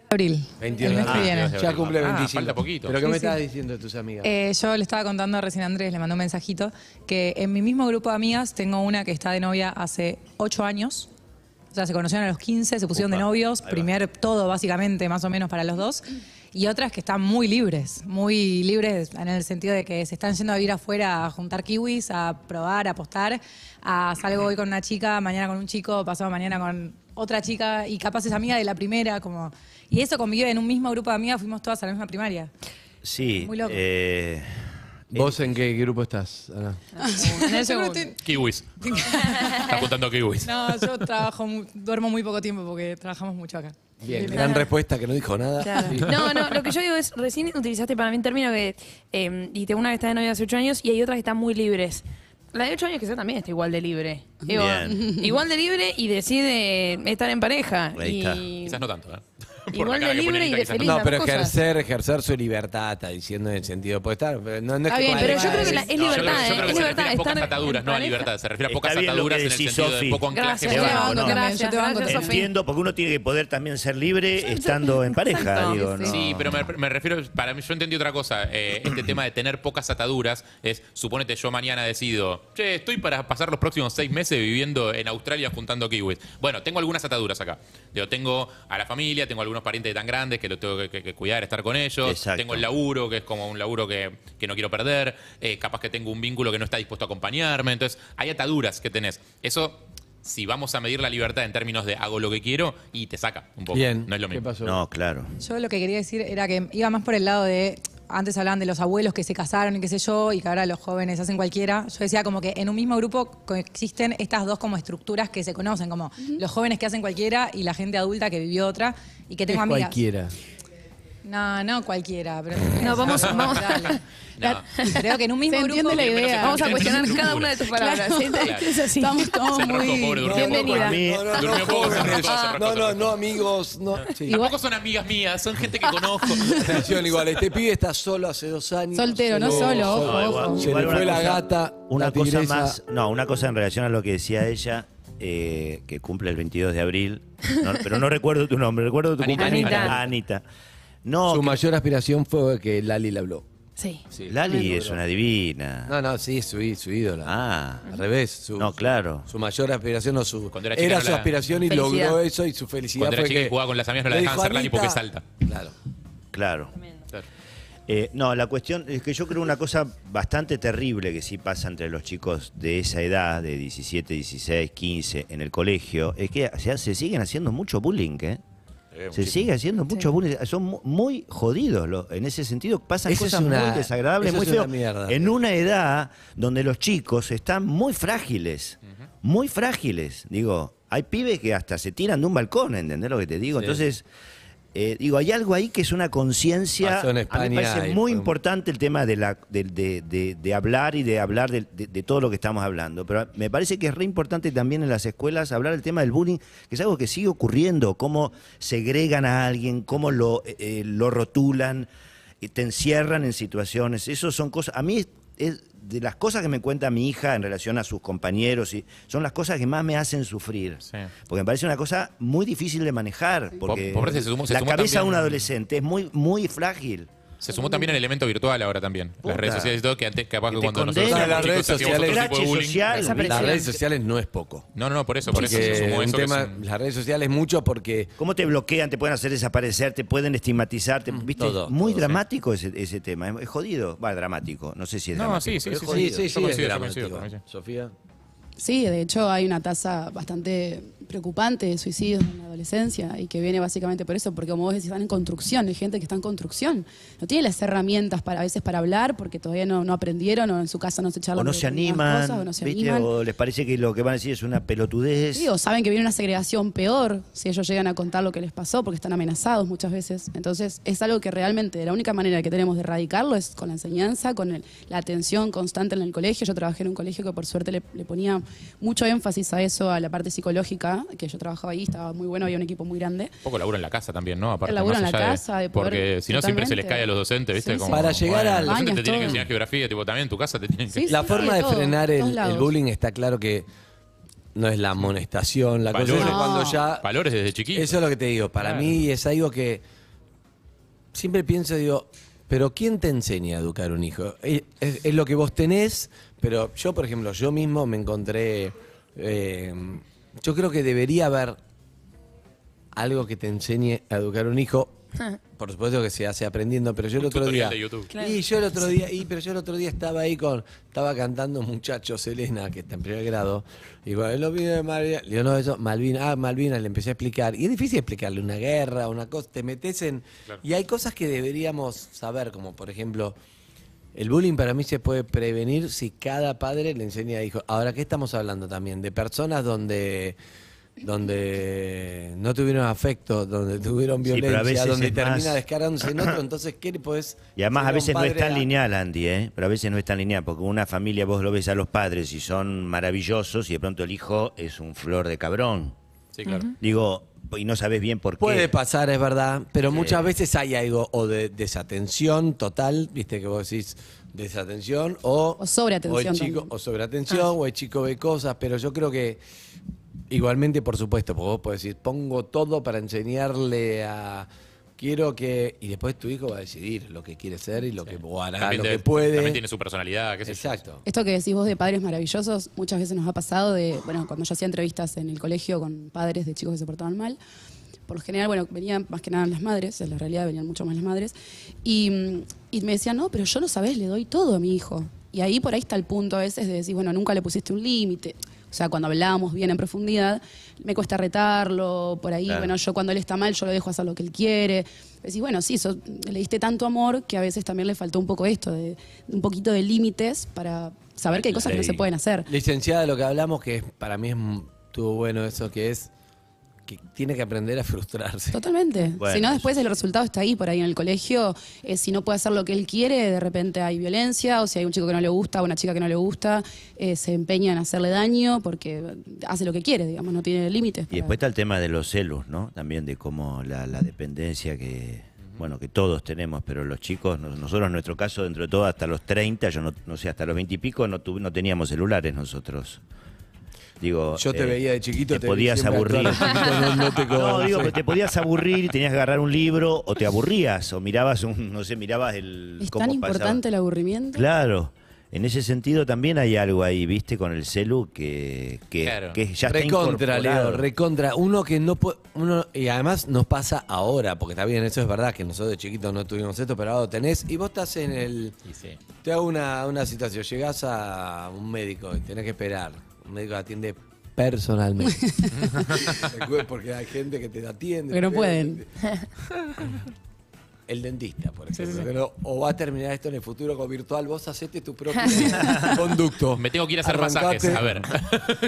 Abril.
Veintiuno.
El mes que
Ah,
viene.
Dios.
Ya cumple
Ah,
25.
falta poquito.
¿Pero qué
Sí,
me
sí.
estás diciendo de tus amigas?
Eh, yo le estaba contando recién a Andrés, le mandó un mensajito, que en mi mismo grupo de amigas tengo una que está de novia hace ocho años. O sea, se conocieron a los 15, se pusieron de
Upa,
novios,
ahí va.
primer todo básicamente, más o menos para los dos. Y otras que están muy libres, muy libres en el sentido de que se están yendo a vivir afuera a juntar kiwis, a probar, a apostar, a salgo hoy con una chica, mañana con un chico, pasado mañana con otra chica y capaz es amiga de la primera, como... Y eso convive en un mismo grupo de amigas, fuimos todas a la misma primaria.
Sí.
Muy loco.
eh,
¿Vos en qué grupo estás, Ana?
En el segundo.
Kiwis. Está apuntando a kiwis.
No, yo trabajo, mu- duermo muy poco tiempo porque trabajamos mucho acá.
Bien, gran respuesta que no dijo nada.
Claro.
Sí.
No, no, lo que yo digo es, recién utilizaste para mí un término que, eh, y tengo una que está de novia hace 8 años y hay otras que están muy libres. La de 8 años quizá también está igual de libre. Digo,
Bien.
igual de libre y decide estar en pareja.
Ahí
y-
está.
Quizás no tanto, ¿eh? Por
Igual
la cara
de
que pone
libre
Anita,
y de
quizás
feliz.
no.
No, pero
Cosas.
ejercer, ejercer su libertad, está diciendo en el sentido. Puede estar. pero No, no es
Está
que
bien,
pueda
Pero yo
dejar
creo que
de-
la- es
No, yo creo-
libertad,
yo
eh,
creo que
es
se
libertad.
refiere a pocas
estar
ataduras,
en
no a
pareja.
libertad. Se refiere a
Está
pocas
bien lo que
ataduras en el
decís,
sentido de
Sofi.
poco anclaje.
Gracias,
Te
te
banco,
banco,
no.
gracias,
Yo te banco
gracias,
también.
Sofía.
entiendo, porque uno tiene que poder también ser libre estando en pareja,
Exacto.
digo, ¿no?
Sí, pero me, me refiero, para mí, yo entendí otra cosa. Eh, este tema de tener pocas ataduras es, suponete yo mañana decido, che, estoy para pasar los próximos seis meses viviendo en Australia juntando kiwis. Bueno, tengo algunas ataduras acá. Yo tengo a la familia, tengo algunos parientes tan grandes que lo tengo que, que- que cuidar, estar con ellos.
Exacto.
Tengo el laburo, que es como un laburo que, que no quiero perder. Eh, capaz que tengo un vínculo que no está dispuesto a acompañarme. Entonces, hay ataduras que tenés. Eso... Si vamos a medir la libertad en términos de hago lo que quiero y te saca un poco.
Bien.
No es lo mismo.
¿Qué pasó?
No, claro.
Yo lo que quería decir era que iba más por el lado de. Antes hablaban de los abuelos que se casaron y qué sé yo, y que ahora los jóvenes hacen cualquiera. Yo decía como que en un mismo grupo coexisten estas dos como estructuras que se conocen, como los jóvenes que hacen cualquiera y la gente adulta que vivió otra y que tengo
Es
amigas.
cualquiera.
No, no cualquiera, pero.
No, vamos- vamos-
Dale.
No.
Creo que en un mismo
Se
grupo.
entiende la idea.
Vamos a
Tenemos
cuestionar
estructuras.
cada una de tus palabras.
Claro.
¿sí? Este es así.
Estamos todos
Se enroscó,
muy...
pobre, durmió poco.
Bienvenida.
Para mí-
No,
No, no,
Durmió
no,
poco, se
jóvenes.
arrancó, se arrancó,
no,
se
no,
arrancó.
no, amigos. No, sí.
Tampoco son amigas mías, son gente que conozco.
Atención, igual, este pibe está solo hace dos años.
Soltero, no solo, ojo,
No,
ojo.
igual-
Se
igual
le
una
fue la
cosa-
gata,
Una
la
cosa
tigresa.
más. No, una cosa en relación a lo que decía ella, eh, que cumple el 22 de abril. No, pero no recuerdo tu nombre, recuerdo tu
Anita,
cumpleaños.
Anita.
Anita. No,
Su
que-
mayor aspiración fue que Lali le habló.
Sí.
Lali es una divina.
No, no, sí, su, í- su ídola.
Ah,
Al revés. Su,
No, claro.
Su mayor aspiración o su.
Cuando era chica no
su
la-
aspiración y
Felicidad.
logró eso y su felicidad
Cuando era
fue
chica y
que-
jugaba con las amigas no la
le
dejaban
dijo,
hacer Lali porque
"Anita".
salta.
Claro.
claro. Eh, no, la cuestión es que yo creo una cosa bastante terrible que sí pasa entre los chicos de esa edad, de 17, 16, 15, en el colegio, es que se, se siguen haciendo mucho bullying, ¿eh? se sigue haciendo mucho bullying. Son mu- muy jodidos lo- en ese sentido. Pasan
Eso es
cosas
una-
muy desagradables,
eso
muy
es una
feo.
mierda.
En una edad donde los chicos están muy frágiles, muy frágiles. Digo, hay pibes que hasta se tiran de un balcón, ¿entendés lo que te digo? Entonces, eh, digo, hay algo ahí que es una conciencia.
Pasó en
a mí me
España
parece
y
muy
fue-
importante el tema de, la, de, de- de- de hablar y de hablar de, de- de todo lo que estamos hablando. Pero me parece que es re importante también en las escuelas hablar del tema del bullying, que es algo que sigue ocurriendo, cómo segregan a alguien, cómo lo, eh, eh, lo rotulan, y te encierran en situaciones. Eso son cosas. A mí es- es de las cosas que me cuenta mi hija en relación a sus compañeros, y son las cosas que más me hacen sufrir.
Sí.
Porque me parece una cosa muy difícil de manejar. Porque
Pobre, se sumó- se
la
sumó
cabeza de
también-
un adolescente es muy, muy frágil.
Se sumó también el elemento virtual ahora también.
Puta.
Las redes sociales y todo, que antes capaz que
Que te
cuando nosotros
condenan.
éramos
Ah, Las redes
chicos hacíamos
sociales.
otro tipo de
Clache
bullying.
social,
Esa-
¿viste?
Las redes sociales no es poco.
No, no, no, por eso, por eso
Porque
se sumó
un
eso. que es
tema-
un-
Las redes sociales mucho porque.
¿Cómo te bloquean? ¿Te pueden hacer desaparecer? ¿Te pueden estigmatizar?
Mm,
te- ¿viste?
todo,
Muy
todo,
dramático ese, ese tema. Es, es jodido. Va, dramático. No sé si es
No,
dramático.
sí, sí,
pero es
sí,
jodido.
sí, sí. Yo coincido, yo coincido,
dramático.
coincido.
Sofía.
Sí, de hecho hay una tasa bastante preocupante de suicidios en la adolescencia y que viene básicamente por eso, porque como vos decís, están en construcción, hay gente que está en construcción, no tiene las herramientas para a veces para hablar porque todavía no, no aprendieron o en su casa no se charlan
O no
de
se
determinadas
animan,
cosas, o no se
¿viste?
animan.
O les parece que lo que van a decir es una pelotudez.
Sí, o saben que viene una segregación peor si ellos llegan a contar lo que les pasó porque están amenazados muchas veces. Entonces, es algo que realmente la única manera que tenemos de erradicarlo es con la enseñanza, con el- la atención constante en el colegio. Yo trabajé en un colegio que por suerte le, le ponía mucho énfasis a eso, a la parte psicológica, que yo trabajaba ahí, estaba muy bueno, había un equipo muy grande.
Un poco laburo en la casa también, ¿no? Aparte,
El laburo
más
en la
allá de-
casa, de poder-
Porque si no, siempre se les
totalmente.
cae a los docentes, ¿viste?
Sí, sí.
Como,
Para llegar al-
Los docentes te
Baños,
tienen que
todo.
enseñar geografía, tipo, también en tu casa te tienen que...
Sí,
La forma de
todo,
frenar
todos
el,
lados.
el bullying está claro que no es la amonestación, la
Valores.
cosa es
No.
cuando ya...
Valores desde chiquito.
Eso es lo que te digo, para
Claro.
mí es algo que siempre pienso, digo, pero ¿quién te enseña a educar un hijo? Es, es- es lo que vos tenés, pero yo, por ejemplo, yo mismo me encontré, eh, yo creo que debería haber algo que te enseñe a educar un hijo. Por supuesto que se hace aprendiendo, pero yo el otro día.
tutorial de YouTube.
Claro.
Y yo el otro día, y pero yo el otro día estaba ahí con, estaba cantando un muchacho, Selena, que está en primer grado, y bueno, lo vino de Malvinas, le digo, no, eso, Malvinas, ah, Malvinas, le empecé a explicar, y es difícil explicarle una guerra, una cosa, te metes en, y hay cosas que deberíamos saber, como por ejemplo, el bullying para mí se puede prevenir si cada padre le enseña a hijos. Ahora, ¿qué estamos hablando también? De personas donde donde no tuvieron afecto, donde tuvieron
Sí, pero a
violencia,
veces
donde
es
termina
más-
descargándose en otro, entonces ¿qué le podés
Y además a veces
enseñar
no
un
es
padre
tan
a-
lineal, Andy, ¿eh? pero a veces no es tan lineal, porque una familia vos lo ves a los padres y son maravillosos y de pronto el hijo es un flor de cabrón.
Sí, claro.
Digo, y no sabes bien por qué.
Puede pasar, es verdad, pero muchas veces hay algo o de desatención total, viste que vos decís desatención o...
O sobreatención
O, el chico,
también. Ah.
o sobreatención o el chico ve cosas, pero yo creo que igualmente, por supuesto, porque vos podés decir, pongo todo para enseñarle a... Quiero que... Y después tu hijo va a decidir lo que quiere ser y lo que... O hará
También
lo
te-
que puede.
También tiene su personalidad, qué sé yo.
Exacto.
Esto que decís vos de padres maravillosos, muchas veces nos ha pasado de, bueno, cuando yo hacía entrevistas en el colegio con padres de chicos que se portaban mal, por lo general, bueno, venían más que nada las madres, en la realidad venían mucho más las madres, y, mm, y me decían, no, pero yo no sabés, le doy todo a mi hijo. Y ahí por ahí está el punto a veces de decir, bueno, nunca le pusiste un límite. O sea, cuando hablábamos bien en profundidad, me cuesta retarlo, por ahí,
Claro.
bueno, yo cuando él está mal, yo lo dejo hacer lo que él quiere. Decís, bueno, sí, sos- le diste tanto amor que a veces también le faltó un poco esto, de, un poquito de límites para saber que hay cosas que no se pueden hacer.
Licenciada, lo que hablamos, que es- para mí es m- estuvo bueno eso, que es que tiene que aprender a frustrarse.
Totalmente.
Bueno,
si no,
eso.
después el resultado está ahí, por ahí en el colegio. Eh, si no puede hacer lo que él quiere, de repente hay violencia, o si hay un chico que no le gusta, o una chica que no le gusta, eh, se empeña en hacerle daño porque hace lo que quiere, digamos, no tiene límites.
Y
para-
después está el tema de los celos, ¿no? También de cómo la, la dependencia que, bueno, que todos tenemos, pero los chicos, no- nosotros en nuestro caso, dentro de todo, hasta los 30, yo no, no sé, hasta los 20 y pico, no, tuve- no teníamos celulares nosotros. Digo, eh,
Yo te veía de chiquito,
Te,
te vi
podías
siempre
aburrir.
actuar de chiquito, no- no te
No, digo,
acordás.
pero te podías aburrir y tenías que agarrar un libro o te aburrías o mirabas un, no sé, mirabas el...
¿Es
cómo
tan
pasaba.
importante el aburrimiento?
Claro. En ese sentido también hay algo ahí, viste, con el celu que, que,
Claro.
que ya está
recontra, Leo,
incorporado.
recontra. Uno que no puede. Uno, y además nos pasa ahora, porque está bien, eso es verdad, que nosotros de chiquitos no tuvimos esto, pero ahora lo tenés. Y vos estás en el.
Y sí.
Te hago una, una situación. Llegás a un médico y tenés que esperar. Un médico que atiende personalmente. Porque hay gente que te atiende.
Porque no pueden.
El dentista, por ejemplo. que no- o va a terminar esto en el futuro con virtual. Vos hacete tu propio conducto.
Me tengo que ir a hacer
Arrancate.
masajes, a ver.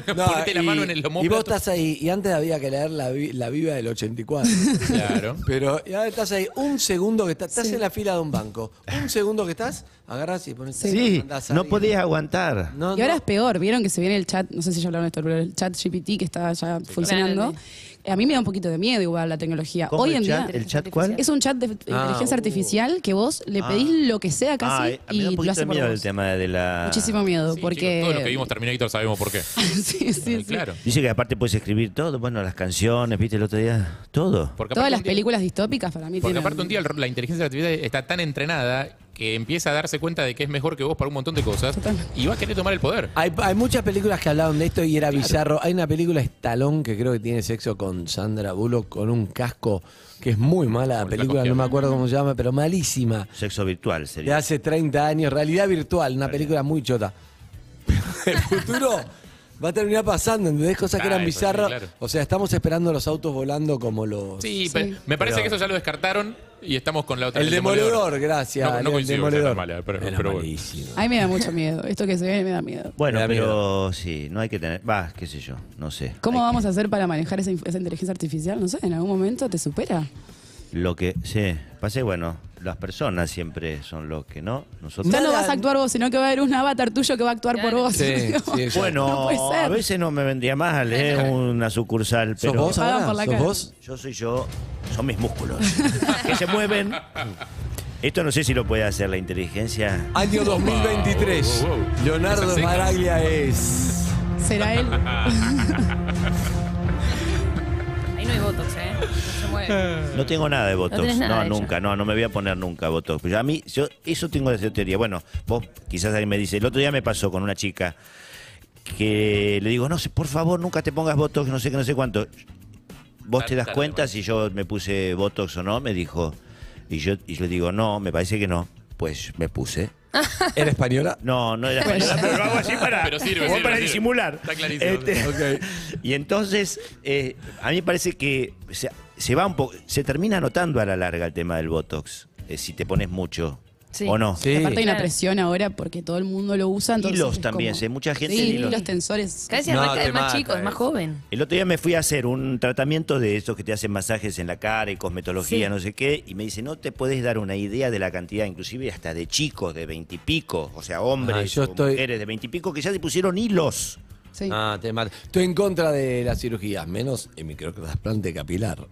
Ponete la mano en el
Y vos
omóplato.
estás ahí. Y antes había que leer la, vi- la viva del 84.
Claro.
Pero y ahora estás ahí. Un segundo que estás. Estás
Sí.
en la fila de un banco. Un segundo que estás, agarras y pones.
Sí,
mandás a
no
alguien.
podías aguantar.
No,
Y ahora
no.
es peor, vieron que se viene el chat, no sé si ya hablaron de esto, pero el chat GPT que está ya funcionando.
Grande.
Eh, A mí me da un poquito de miedo igual la tecnología.
¿Cómo
Hoy
el
en
chat?
día
¿El chat cuál?
es un chat de inteligencia
uh.
artificial que vos le
Ah.
pedís lo que sea casi
Ah, eh, me da
y
un
lo
poquito de
hace por
miedo
vos.
el tema de la...
Muchísimo miedo,
Sí,
porque...
chicos, todo lo que vimos Terminator sabemos por qué.
sí, sí, sí.
Claro.
Dice que aparte puedes escribir todo, bueno, las canciones, viste el otro día, todo.
Porque
Todas
aparte
las
un día-
películas distópicas para mí
Porque
tienen-
aparte un día la inteligencia artificial está tan entrenada que empieza a darse cuenta de que es mejor que vos para un montón de cosas y va a querer tomar el poder.
Ah,
Hay, hay muchas películas que hablaban de esto y era bizarro. Hay una película Estalón que creo que tiene sexo con Sandra Bullock con un casco que es muy mala la
Como el
película,
casco
no me
que-
acuerdo cómo se llama, pero malísima.
Sexo virtual
De
sería.
hace 30 años, realidad virtual, una película muy chota. El futuro Va a terminar pasando, ¿entendés? Cosas que
Ah,
eran
eso sí,
bizarras.
claro.
O sea, estamos esperando los autos volando como los.
Sí, pe- me parece
Pero-
que eso ya lo descartaron y estamos con la otra.
El, demoledor, gracias.
No, no
el
coincido con
demoledor.
ser tan mala, pero,
Era
pero bueno.
malísimo.
A mí me da mucho miedo. Esto que se ve me da miedo.
Bueno,
Me da
pero sí, no hay que tener. Va, qué sé yo, no sé.
¿Cómo
Hay-
vamos a hacer para manejar esa, inf- esa inteligencia artificial? No sé, en algún momento te supera.
Lo que. Sí, pasé, bueno, las personas siempre son los que no. Nosotros.
Ya no
Nada.
vas a actuar vos, sino que va a haber un avatar tuyo que va a actuar por vos.
Sí, sí,
Como-
exacto.
Bueno,
No puede ser.
a veces no me vendría mal, ¿eh? Una sucursal,
¿Sos
pero.
vos
Pagan
ahora?
por la
¿Sos
cara.
vos?
Yo soy yo, son mis músculos. que se mueven. Esto no sé si lo puede hacer la inteligencia.
Año 2023.
Wow, wow, wow.
Leonardo
Esas cejas.
Maraglia es.
¿Será él?
Ah.
Ahí no hay botox, ¿eh? No se mueve.
No tengo nada de Botox.
tenés nada
no,
de eso.
nunca, no, no me voy a poner nunca Botox. Pero a mí, yo eso tengo de teoría. Bueno, vos quizás alguien me dice, el otro día me pasó con una chica que le digo, no sé, por favor, nunca te pongas Botox, no sé qué, no sé cuánto. ¿Vos te das
Tarde,
cuenta si yo me puse Botox o no? Me dijo. Y yo, y yo le digo, no, me parece que no. Pues me puse.
¿Era española?
No, no era española, pero lo hago así para,
Pero sirve,
como
sirve,
para
sirve.
disimular. Este,
Está clarísimo.
Ok.
Y entonces, eh, a mí me parece que se, se va un po- se termina notando a la larga el tema del Botox, eh, si te pones mucho.
Sí.
¿O no?
Sí.
Aparte hay una
Claro.
presión ahora porque todo el mundo lo usa. Entonces
Hilos
es
también,
como-
sí, mucha gente
Sí,
en hilos.
los tensores.
Cada vez
No,
arranca
te
es más
mata
chico, es
eh.
más
eso.
joven.
El otro día me fui a hacer un tratamiento de esos que te hacen masajes en la cara y cosmetología,
Sí.
no sé qué, y me dice, no te puedes dar una idea de la cantidad, inclusive hasta de chicos de veintipico, o sea, hombres
Ah, yo
o
estoy-
mujeres de veintipico que ya te pusieron hilos.
Sí.
Ah, te mato. Estoy en contra de las cirugías, menos el microtrasplante capilar.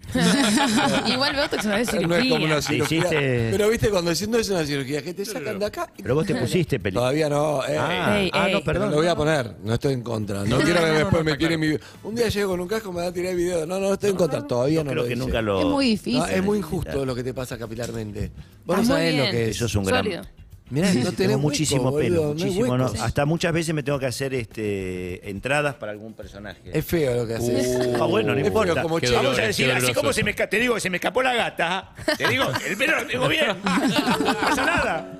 Igual botox no es
Ah,
No es como
cirugía.
una cirugía.
Hiciste-
Pero viste, cuando dicen no es una cirugía, que te sacan de acá. y
Pero vos te pusiste película.
Todavía no. eh.
Ah,
Ey,
ah,
ey.
no,
Pero
perdón.
lo voy a poner, no estoy en contra. No,
No,
quiero que
no, no,
después
no,
me
está
tiren
claro.
mi. Un día llego con un casco, me van a tirar el video. No, no, estoy en contra. Todavía no
Creo
lo
que
hice.
nunca lo.
Es muy difícil.
No, es muy injusto lo que te pasa capilarmente. Vos no
Está muy
sabés lo
bien.
que es.
Eso es un gran.
Sólido.
Mirá, no
Tengo
tenés
muchísimo
hueco,
pelo,
boludo, no hay
muchísimo. no.
huecos.
Hasta muchas veces me tengo que hacer este entradas para algún personaje.
Es feo lo que haces.
Ah, bueno, no
es
importa.
feo, como
Qué
che.
dolor.
Vamos a decir,
qué
así
doloroso.
como se me, esca- te digo que se me escapó la gata, te digo, el pelo lo tengo bien. No pasa nada.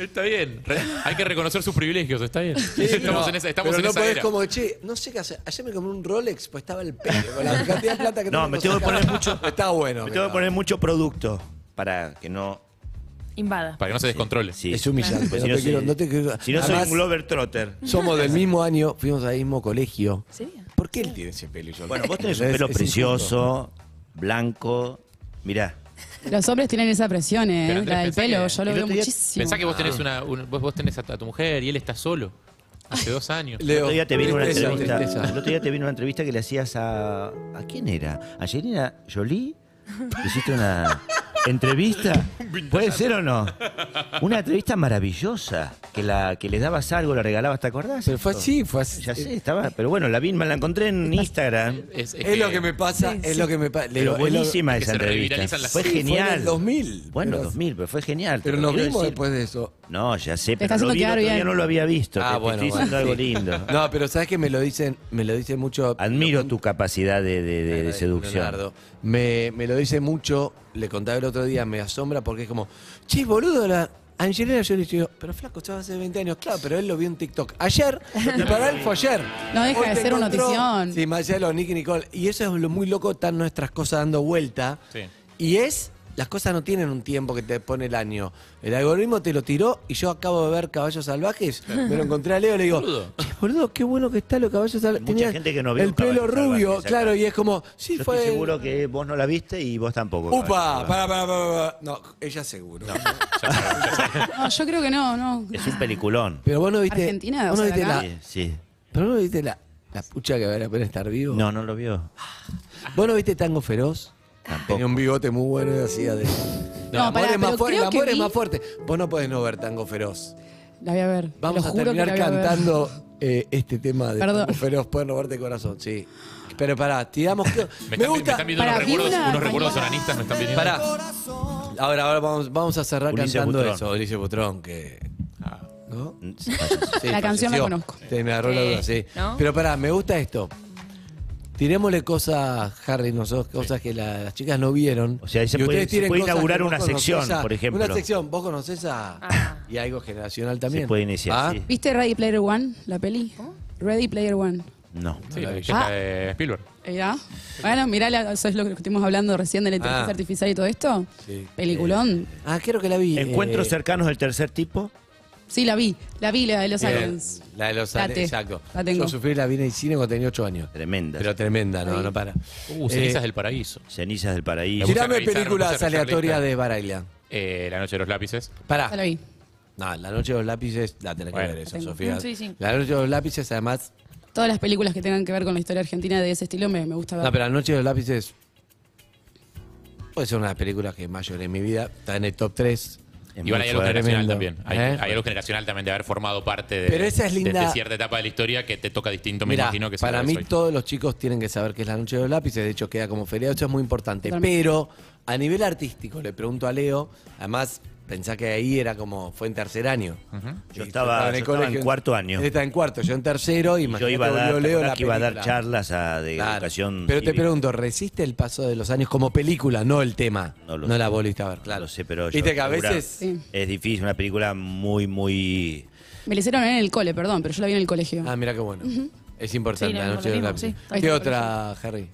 Está bien. Re- hay que reconocer sus privilegios, está bien. estamos
no,
en esa, estamos
pero
en
no
esa
podés
era.
como, che, no sé qué hacer. Ayer me compré un Rolex, pues estaba el pelo. Con la cantidad de plata que
No, me tengo que poner mucho-
Está bueno.
Me
pero
tengo que poner mucho producto para que no.
Invada.
Para que no se descontrole.
sí.
Es humillante,
Pues
no te quiero- no te quiero-
si no soy
Además-
un Glover Trotter.
Somos del mismo año, fuimos al mismo colegio.
Sí.
¿Por qué él tiene ese pelo? y yo no?
Bueno, vos tenés un
Es-
pelo
es injusto.
precioso, blanco. Mirá.
Los hombres tienen esa presión, ¿eh?
Pero Andrés,
la del
pensá
pelo,
que-
yo lo
el
veo
otro día-
muchísimo.
Pensá que vos tenés, una, un- vos, vos tenés a, a tu mujer y él está solo. Hace dos años.
El otro día te vino una
tristeza,
entrevista.
tristeza.
El otro día te vino una entrevista que le hacías a. ¿A quién era? ¿A Angelina Jolie? ¿Le Hiciste una entrevista. ¿Puede ser o no? Una entrevista maravillosa. Que la que le dabas algo, la regalabas, ¿te acordás?
Pero fue así, fue así.
Ya sé, estaba. Pero bueno, la misma la encontré en Instagram.
Es, es
Es lo que me pasa, es lo que me pasa.
Pero buenísima
es que
esa
se
entrevista.
revitalizan las
Fue
series. Sí, fue en
genial.
el 2000,
Bueno,
pero-
2000, pero fue genial. te
Pero
lo
nos
quiero
vimos
decir.
después de eso.
No, ya sé,
está
pero lo
haciendo
vi el
quedar
otro día,
bien.
no lo había visto.
Ah,
te- te
bueno,
estoy
bueno,
diciendo algo
sí.
lindo.
No, pero sabes que me lo dicen, me lo dicen mucho.
Admiro tu capacidad de, de- de- de
Agradezco,
seducción.
Leonardo. Me, me lo dice mucho, le contaba el otro día, me asombra porque es como, che, boludo, la Angelina yo le digo, pero flaco, estaba hace 20 años, claro, pero él lo vio en TikTok ayer y para él fue ayer.
No deja
Hoy
de
te
ser una
encontró-
notición.
Sí, más allá de los Nicky Nicole. Y eso es lo muy loco, están nuestras cosas dando vuelta.
Sí.
Y es, las cosas no tienen un tiempo que te pone el año. El algoritmo te lo tiró y yo acabo de ver Caballos Salvajes, me lo encontré a Leo y le digo,
Boludo.
"Che, boludo, qué bueno que está los Caballos Salvajes.
Mucha gente que no vio
El pelo
Caballos Salvajes,
rubio,
exacto.
claro, y es como, sí,
Yo
fue.
estoy seguro que vos no la viste y vos tampoco.
Upa,
Caballo.
para, para, para, para. No, ella seguro.
No, yo creo que no, no.
Es un peliculón.
Pero ah, vos no viste.
Argentina,
vos
o
no
sea,
viste la,
acá.
Sí, sí.
pero vos no viste la, la pucha que vale la pena estar vivo.
No, no lo vio.
Vos no viste Tango Feroz.
Tampoco.
Tenía un bigote muy bueno y hacía de.
No,
el amor,
pará,
es, más
pero
fuerte, el
creo que
amor es
vi-
más fuerte. Vos no podés no ver Tango Feroz.
La voy a ver. te
Vamos
lo
a
juro que la
terminar
voy a ver.
cantando eh, este tema de
Perdón.
Tango Feroz. Pueden robarte el corazón, sí. Pero pará, tiramos. Me,
Me,
me
están, me
gusta.
están viendo unos
Para
recuerdos,
Vilna,
unos recuerdos
para-
onanistas, me están viniendo.
Pará. Ahora, ahora vamos, vamos a cerrar
Ulises
cantando
Butrón.
eso, Ulises Butrón, que. ¿No? Sí,
La canción la
falleció.
conozco.
Te me agarró la
Sí,
duda, sí.
¿no?
Pero pará, me gusta esto. Tirémosle cosas, Harry, nosotros, cosas que la- las chicas no vieron.
O sea, ahí se
Y ustedes
puede- se
tiren
puede
cosas
inaugurar
que vos
una
conocés
sección,
a-
por ejemplo.
Una sección, vos conocés a.
Ah.
Y algo generacional también.
puede iniciar,
Ah,
sí.
¿Viste Ready Player One, la peli? Ready Player One.
No.
Sí, la
Ah.
belleza de Spielberg.
¿Ya? Bueno, mirá, la- eso es lo que estuvimos hablando recién de la inteligencia
Ah.
artificial y todo esto. Peliculón.
Ah, creo que la vi.
Encuentros
eh,
cercanos del tercer tipo.
Sí, la vi. La vi, la de Los
bien.
Aliens.
eh, La de los
Date.
aliens, exacto.
La tengo.
Yo sufrí la vi en el cine cuando tenía 8 años.
Tremenda.
Pero tremenda, no, no para.
Uh,
Eh,
cenizas del paraíso.
Cenizas del paraíso.
Me gusta
Tirame
revisar, me
películas
gusta revisar
aleatorias
lista.
de Barailan.
Eh, la noche de los lápices.
Pará.
Ya la vi.
No, La Noche de los Lápices la tenés
Bueno.
que ver eso,
Tengo.
Sofía.
Sí, sí.
La Noche de los Lápices, además.
Todas las películas que tengan que ver con la historia argentina de ese estilo me, me gusta ver.
No, pero La Noche de los Lápices. Puede ser una de las películas que más lloré en mi vida. Está en el top 3.
Es
Y bueno,
muy
hay algo
fuerte.
generacional
tremendo.
también. Hay,
¿Eh?
hay algo generacional también de haber formado parte de,
Pero esa es
de-
linda.
de cierta etapa de la historia que te toca distinto, me
Mirá,
imagino que sea
para
la
mí
de Soy.
todos los chicos tienen que saber qué es la noche de los lápices, de hecho queda como feriado, eso es muy importante.
Totalmente.
Pero a nivel artístico, le pregunto a Leo, además pensá que ahí era como, fue en tercer año.
Yo estaba- yo estaba en cuarto año.
Está en cuarto, yo en tercero y
Y Yo iba a dar,
Leo la
que iba a dar
película.
charlas a- de
Claro.
educación.
Pero te
cívica.
pregunto, ¿resiste el paso de los años como película, no el tema?
No
No,
lo sé.
la volviste a ver, claro.
No sé, pero yo
Viste que a
segura-
veces...
Sí.
Es difícil, una película muy, muy.
Me la hicieron en el cole, perdón, pero yo la vi en el colegio.
Ah, mira qué bueno. Es importante
Sí, no,
la
no,
noche
lo
de los
vimos,
lápices.
sí.
Ahí
¿Qué
está,
otra, Harry?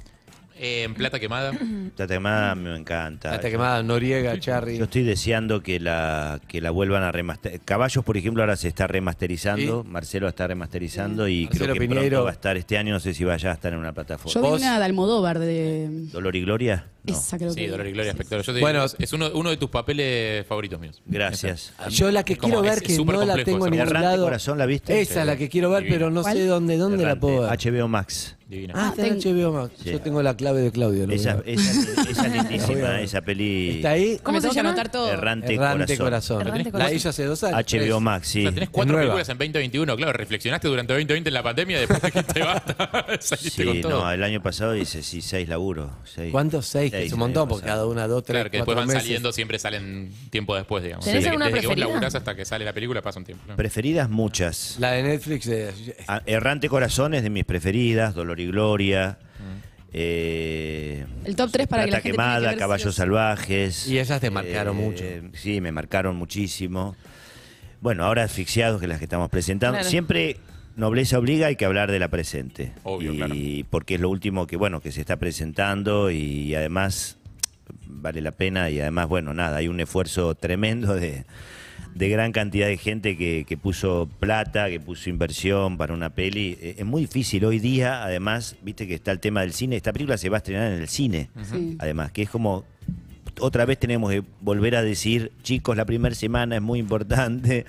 Eh, en Plata Quemada.
Tata Quemada me encanta.
Hasta quemada, Noriega, Charry.
Ah, Yo estoy deseando que la, que la vuelvan a remasterizar. Caballos, por ejemplo, ahora se está remasterizando.
Sí.
Marcelo está remasterizando y creo
Marcelo
que pronto
Piñeiro.
va a estar este año. No sé si vaya a estar en una plataforma.
yo vi
vos-
una de Almodóvar de.
¿Dolor y Gloria? No.
Esa creo
Sí,
que.
Dolor y Gloria, espectador. Yo te digo,
Bueno.
es uno, uno de tus papeles favoritos míos.
Gracias.
Yo la que
Es como-
quiero
es-
ver,
es
que
súper
no la
complejo
tengo en
esa
ningún
película.
lado.
Errante Corazón, ¿la viste?
Esa es la que quiero ver,
Divina.
pero no
¿Cuál?
sé dónde, dónde la puedo ver.
Errante, HBO Max.
Divina.
Ah, está en
tengo-
HBO Max.
Sí.
Yo tengo la clave de Claudio. lo
Esa,
voy a ver.
esa- esa es
La voy a
lindísima,
ver.
esa peli.
Está ahí.
¿Cómo se llama? anotar todo.
Errante,
Errante
Corazón.
corazón.
Errante
La
Corazón.
hizo hace dos años.
HBO Max,
O
sí.
sea, tenés cuatro
nueva.
películas en 2021. Claro, reflexionaste durante 2020 en la pandemia y después dijiste basta. Saliste
Sí,
con todo.
no, el año pasado hice sí, seis laburos. Seis.
¿Cuántos? Seis, que es
Seis,
un montón,
el año
porque
pasado.
cada una, dos, tres,
Claro, que después
cuatro
van
meses.
saliendo, siempre salen tiempo después, digamos.
¿Tenés
Desde que-
alguna
desde que vos
preferida?
laburás hasta que sale la película pasa un tiempo. ¿no?
Preferidas muchas.
La de Netflix. eh,
A- Ah, Errante Corazón es de mis preferidas, Dolor y Gloria.
Mm.
eh,
El top tres para que la
Plata
gente tenga
quemada,
que ver sí o
Caballos
sí.
Salvajes. Eh,
Y esas te marcaron mucho.
Sí, me marcaron muchísimo. Bueno, ahora asfixiados que las que estamos presentando.
Claro.
Siempre nobleza obliga, hay que hablar de la presente.
Obvio,
y
claro.
porque es lo último que bueno que se está presentando y además vale la pena y además bueno nada hay un esfuerzo tremendo de, de gran cantidad de gente que, que puso plata, que puso inversión para una peli. Eh, Es muy difícil hoy día, además, viste que está el tema del cine. Esta película se va a estrenar en el cine,
Sí.
además, que es como. Otra vez tenemos que volver a decir, chicos, la primera semana es muy importante.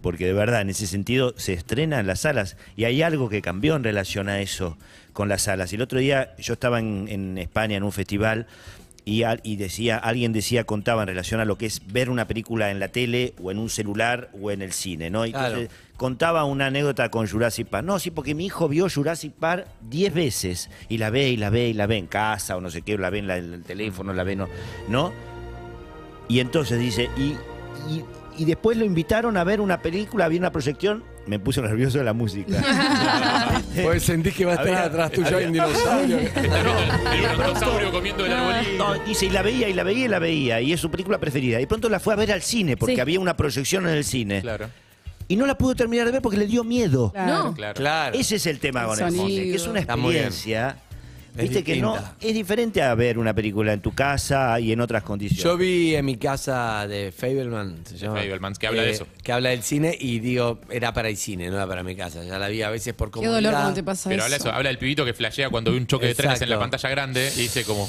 Porque de verdad, en ese sentido, se estrena en las salas. Y hay algo que cambió en relación a eso con las salas. El otro día yo estaba en, en España en un festival y, al- y decía, alguien decía, contaba en relación a lo que es ver una película en la tele o en un celular o en el cine, ¿no? Y
Claro.
entonces contaba una anécdota con Jurassic Park. No, sí, porque mi hijo vio Jurassic Park 10 veces y la ve y la ve y la ve en casa o no sé qué, o la ve en, la- en el teléfono, la ve, no- ¿no? Y entonces dice, y, y- y después lo invitaron a ver una película, había una proyección, me puso nervioso de la música.
Pues sentís que va a estar
Había-
atrás tuyo hay un dinosaurio.
Hay un dinosaurio comiendo el arbolito.
No, dice, y la veía, y la veía, y la veía, y es su película preferida. Y pronto la fue a ver al cine, porque
Sí.
había una proyección en el cine.
Claro,
Y no la pudo terminar de ver porque le dio miedo.
Claro.
No.
claro.
Claro.
Ese es el tema
El
con el
sonido.
cine, que es una
Está muy bien.
experiencia.
Es
Viste que no,
distinta.
es diferente a ver una película en tu casa y en otras condiciones.
Yo vi en mi casa de Fableman, se llama. eh,
Fabelmans, que habla de eso.
Que habla del cine y digo, era para el cine, no era para mi casa. Ya la vi a veces por
Qué
comodidad.
dolor cuando te pasa
Pero
eso.
habla eso, habla del pibito que flashea cuando ve un choque de trenes en la
Exacto.
pantalla grande y dice como.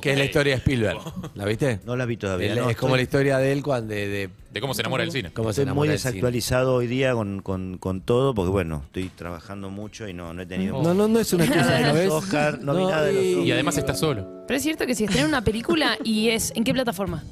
Que es la
"Ok".
historia de Spielberg. ¿La viste?
No la vi todavía,
El-
no,
es como
estoy-
la historia de él cuando. De, de-
De cómo se enamora del cine.
cómo se
Estoy muy
enamora del cine.
desactualizado hoy día con, con- con todo, porque bueno, estoy trabajando mucho y no, no he tenido...
No, no, no es una
Nada
excusa,
de
¿no ves?
los Oscar, no vi nada de los
y-
Oscar.
Y además está solo.
Pero es cierto que si estrena una película y es. ¿En qué plataforma?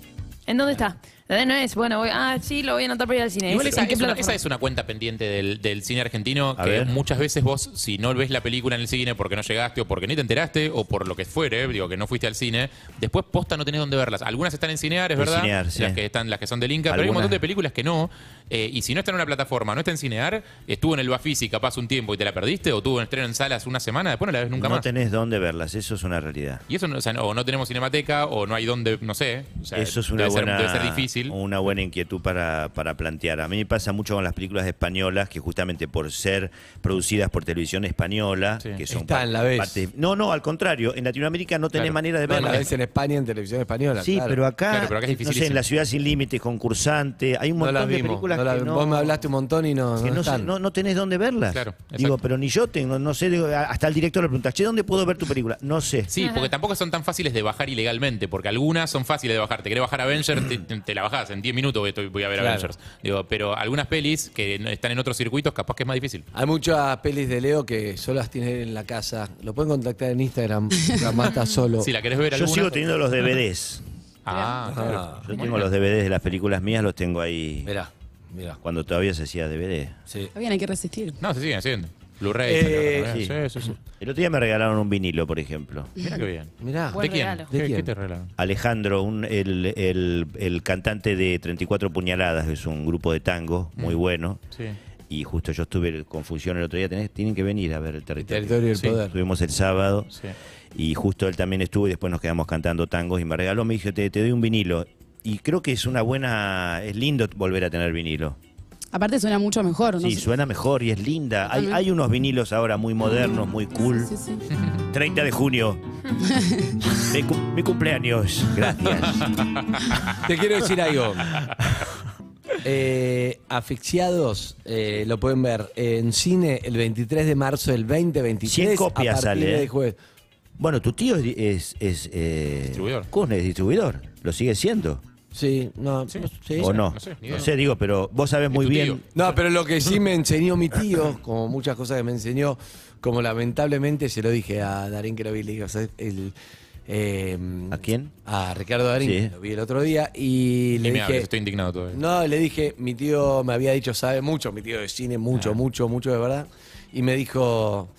¿En dónde está? La de no es, bueno, voy, ah, sí, lo voy a anotar para ir al cine.
Igual
Es,
esa,
¿en qué
es una,
plataforma?
esa es una cuenta pendiente del, del cine argentino
A
que
ver.
muchas veces vos, si no ves la película en el cine porque no llegaste o porque ni te enteraste o por lo que fuere, digo que no fuiste al cine, después posta no tenés dónde verlas. Algunas están en Cinear, es
En
verdad,
Cinear, sí.
las que están, las que son del Inca, pero hay un
Algunas.
montón de películas que no. eh, y si no está en una plataforma, no está en Cinear, estuvo en el Bafisi capaz un tiempo y te la perdiste, o tuvo un estreno en salas una semana, después no la ves nunca
no
más.
tenés dónde verlas, eso es una realidad.
Y eso, no, o sea, no- o no tenemos cinemateca, o no hay donde, no sé. o sea,
Eso es una
debe ser-
buena-
debe ser difícil difícil.
una buena inquietud para, para plantear. A mí me pasa mucho con las películas españolas que justamente por ser producidas por televisión española,
Sí.
que son
Está en la
parte-
vez.
parte- No, no, al contrario, en Latinoamérica no tenés
Claro.
manera de
No, la
verlas.
ves en España, en televisión española.
Sí,
claro.
pero acá, eh,
Claro, pero acá es
no sé,
dificilísimo.
en La Ciudad Sin Límites, Concursante, hay un
No
montón
la
de
vimos,
películas
no la-
que no...
Vos me hablaste un montón y no,
que
no
no, sé,
están.
no- no tenés dónde verlas.
Claro, exacto.
digo, pero ni yo tengo, no sé, digo, a- hasta el director le pregunta, che, ¿dónde puedo ver tu película? No sé.
Sí, porque tampoco son tan fáciles de bajar ilegalmente, porque algunas son fáciles de bajar. Te querés bajar Avengers, te, te- te la bajás en 10 minutos voy- estoy- voy a ver
Claro.
Avengers. Digo, pero algunas pelis que no- están en otros circuitos, capaz que es más difícil.
Hay muchas pelis de Leo que solo las tiene él en la casa. Lo pueden contactar en Instagram. Ramá está solo.
Si la querés ver
Yo
alguna.
sigo teniendo los DVDs.
Ah, claro.
Ah,
Yo tengo los DVDs de las películas mías, los tengo ahí
mirá, mirá.
cuando todavía se hacía DVD.
Sí.
Está bien, hay que resistir.
No, se siguen haciendo. Blu-ray.
Eh,
sale otra vez. sí, sí, sí.
El otro día me regalaron un vinilo, por ejemplo.
Mira qué bien.
Mirá.
Buen
¿De quién?
regalo.
¿Qué,
¿De
qué
quién?
te regalan?
Alejandro, un- el, el- el cantante de 34 Puñaladas, que es un grupo de tango
Mm.
muy bueno.
Sí.
Y justo yo estuve con Fusión el otro día. tenés- tienen que venir a ver el territorio.
Territorio del
Sí.
poder.
Estuvimos el sábado.
Sí.
Y justo él también estuvo y después nos quedamos cantando tangos y me regaló, me dijo, te, te doy un vinilo. Y creo que es una buena, es lindo volver a tener vinilo.
Aparte suena mucho mejor, ¿no?
Sí, suena mejor y es linda. Hay, hay unos vinilos ahora muy modernos, muy cool.
Sí, sí.
30 de junio. mi, cu- mi cumpleaños. Gracias.
Te quiero decir algo. Eh, asfixiados eh, lo pueden ver en cine el 23 de marzo del 2023.
Cien copias
a partir
sale,
del
eh.
jueves.
Bueno, tu tío es, es, es, eh,
Distribuidor.
Kuhn es distribuidor. Lo sigue siendo.
Sí, no, sí.
¿O no?
no sé, ni idea.
no sé, digo, pero vos sabés muy
tu
bien.
tío.
No, pero lo que sí me enseñó mi tío, como muchas cosas que me enseñó, como lamentablemente se lo dije a Darín que lo vi, le digo, ¿sabes? El, eh,
¿A quién?
A Ricardo Darín,
Sí.
lo vi el otro día y le
Ni me hables,
dije...
estoy indignado todavía.
No, le dije, mi tío me había dicho, sabe mucho, mi tío de cine,
Ah.
mucho, mucho, mucho de verdad. Y me dijo,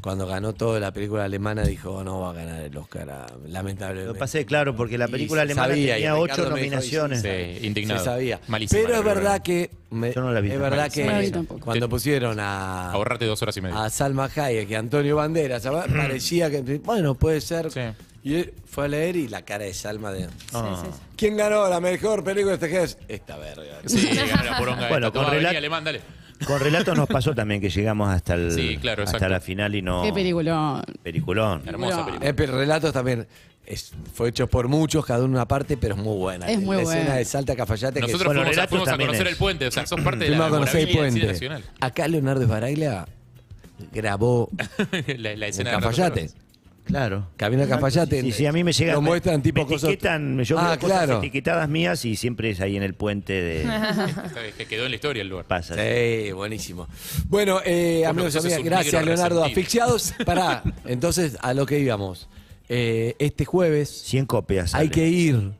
cuando ganó toda la película alemana, dijo, no va a ganar el Oscar, ah, lamentablemente.
Lo pasé claro porque la
Y
película
se
alemana
sabía, y
tenía
Ricardo
ocho
me dijo,
nominaciones.
Sí, Eh, indignado.
Se sabía.
Malísima
Pero
la
es
película.
verdad que. me-
Yo no la vi.
Es verdad
No la vi
que
tampoco.
cuando pusieron a.
Ahorrate dos horas y media.
A Salma Hayek y a Antonio Banderas, ¿sabes? parecía que. Bueno, puede ser.
Sí.
Y él fue a leer y la cara de Salma de.
Ah.
¿Quién ganó la mejor película de este juez? Esta verga.
Sí, ganó la poronga.
Bueno,
esta.
con
Tomá,
relat-
vení, alemán, dale.
Con relatos nos pasó también que llegamos hasta, el,
Sí, claro,
hasta
exacto.
la final y no.
Qué peliculón.
Peliculón.
Hermosa
Bueno.
película.
Eh, pero relatos también. es- fue hecho por muchos, cada uno una parte, pero es muy buena.
Es muy
la escena
buena.
de Salta a Cafayate que
Nosotros
Bueno,
fuimos, a,
Relatos
fuimos a
también
conocer
es.
el puente, o sea, sos parte de
Fuimos
la
a conocer el
memorabilia del cine
puente.
nacional.
Acá Leonardo Esbaraglia grabó
la,
en
la escena de Renato
Cafayate.
Fernández.
Claro.
Camino a Cafayate.
Sí, sí, a mí me llegan.
Lo
me-
muestran tipo
me
cosas.
Etiquetan, yo
ah,
veo cosas
claro.
etiquetadas mías y siempre es ahí en el puente de
Esta vez Que quedó en la historia el lugar.
pasa.
Sí, buenísimo. Bueno, eh,
Bueno,
amigos y
sos
amigas,
un
gracias
negro
Leonardo.
resentido.
Asfixiados, pará. Entonces, a lo que íbamos. Eh, este jueves
100 copias.
hay
sale.
que ir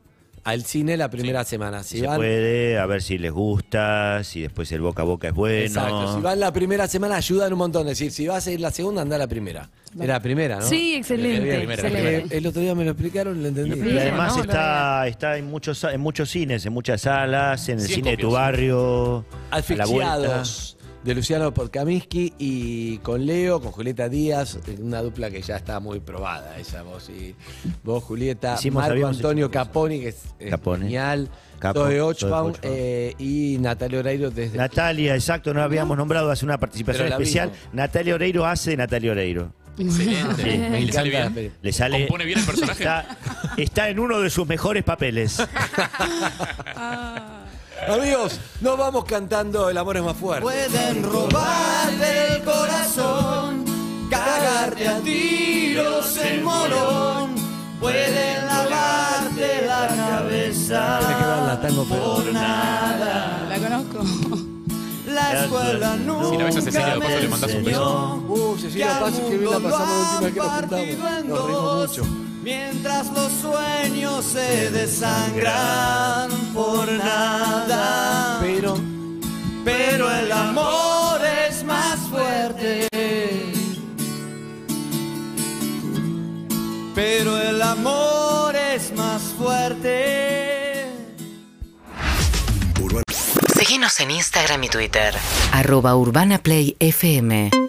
al cine la primera semana. Si
Se
van,
puede, a ver si les gusta, si después el boca a boca es bueno.
Exacto. Si van la primera semana, ayudan un montón. Es decir, si vas a ir la segunda, anda a la primera. Era la primera, ¿no?
Sí, excelente.
Bien.
primera,
excelente.
Eh, El otro día me lo explicaron, lo entendí.
Y además
no, lo
está, está en muchos en muchos cines, en muchas salas, en el
Cien
cine de tu
copias.
barrio, a la vuelta.
Asfixiados de Luciano Podkaminsky y con Leo, con Julieta Díaz, una dupla que ya está muy probada esa voz y vos Julieta,
Hicimos,
Marco
habíamos
Antonio
hecho cosas.
Caponi que es, es
Capone.
genial,
Capo,
Zoe
Zoe
Ochbaum
Ochbaum.
eh, y Natalia Oreiro desde
Natalia, exacto, no la habíamos nombrado, hace una participación
Pero la
especial.
vimos.
Natalia Oreiro hace de Natalia Oreiro.
Excelente.
Sí, me
¿Le sale
encanta.
bien?
Le sale.
¿Compone bien el personaje?
Está, está en uno de sus mejores papeles.
Amigos, nos vamos cantando El amor es más fuerte. Pueden robarte el corazón, cagarte a tiros el molón, pueden lavarte la cabeza. que bailar tango, pero-
La conozco.
La escuela nunca
Si la ves a Cecilia, de paso le mandas un beso.
Uh, Cecilia Paz, que bien la pasamos la última vez que nos juntamos. Nos reímos mucho. Mientras los sueños se desangran por nada. Pero, pero el amor es más fuerte. Pero el amor es más fuerte.
Síguenos en Instagram y Twitter. Arroba Urbana Play FM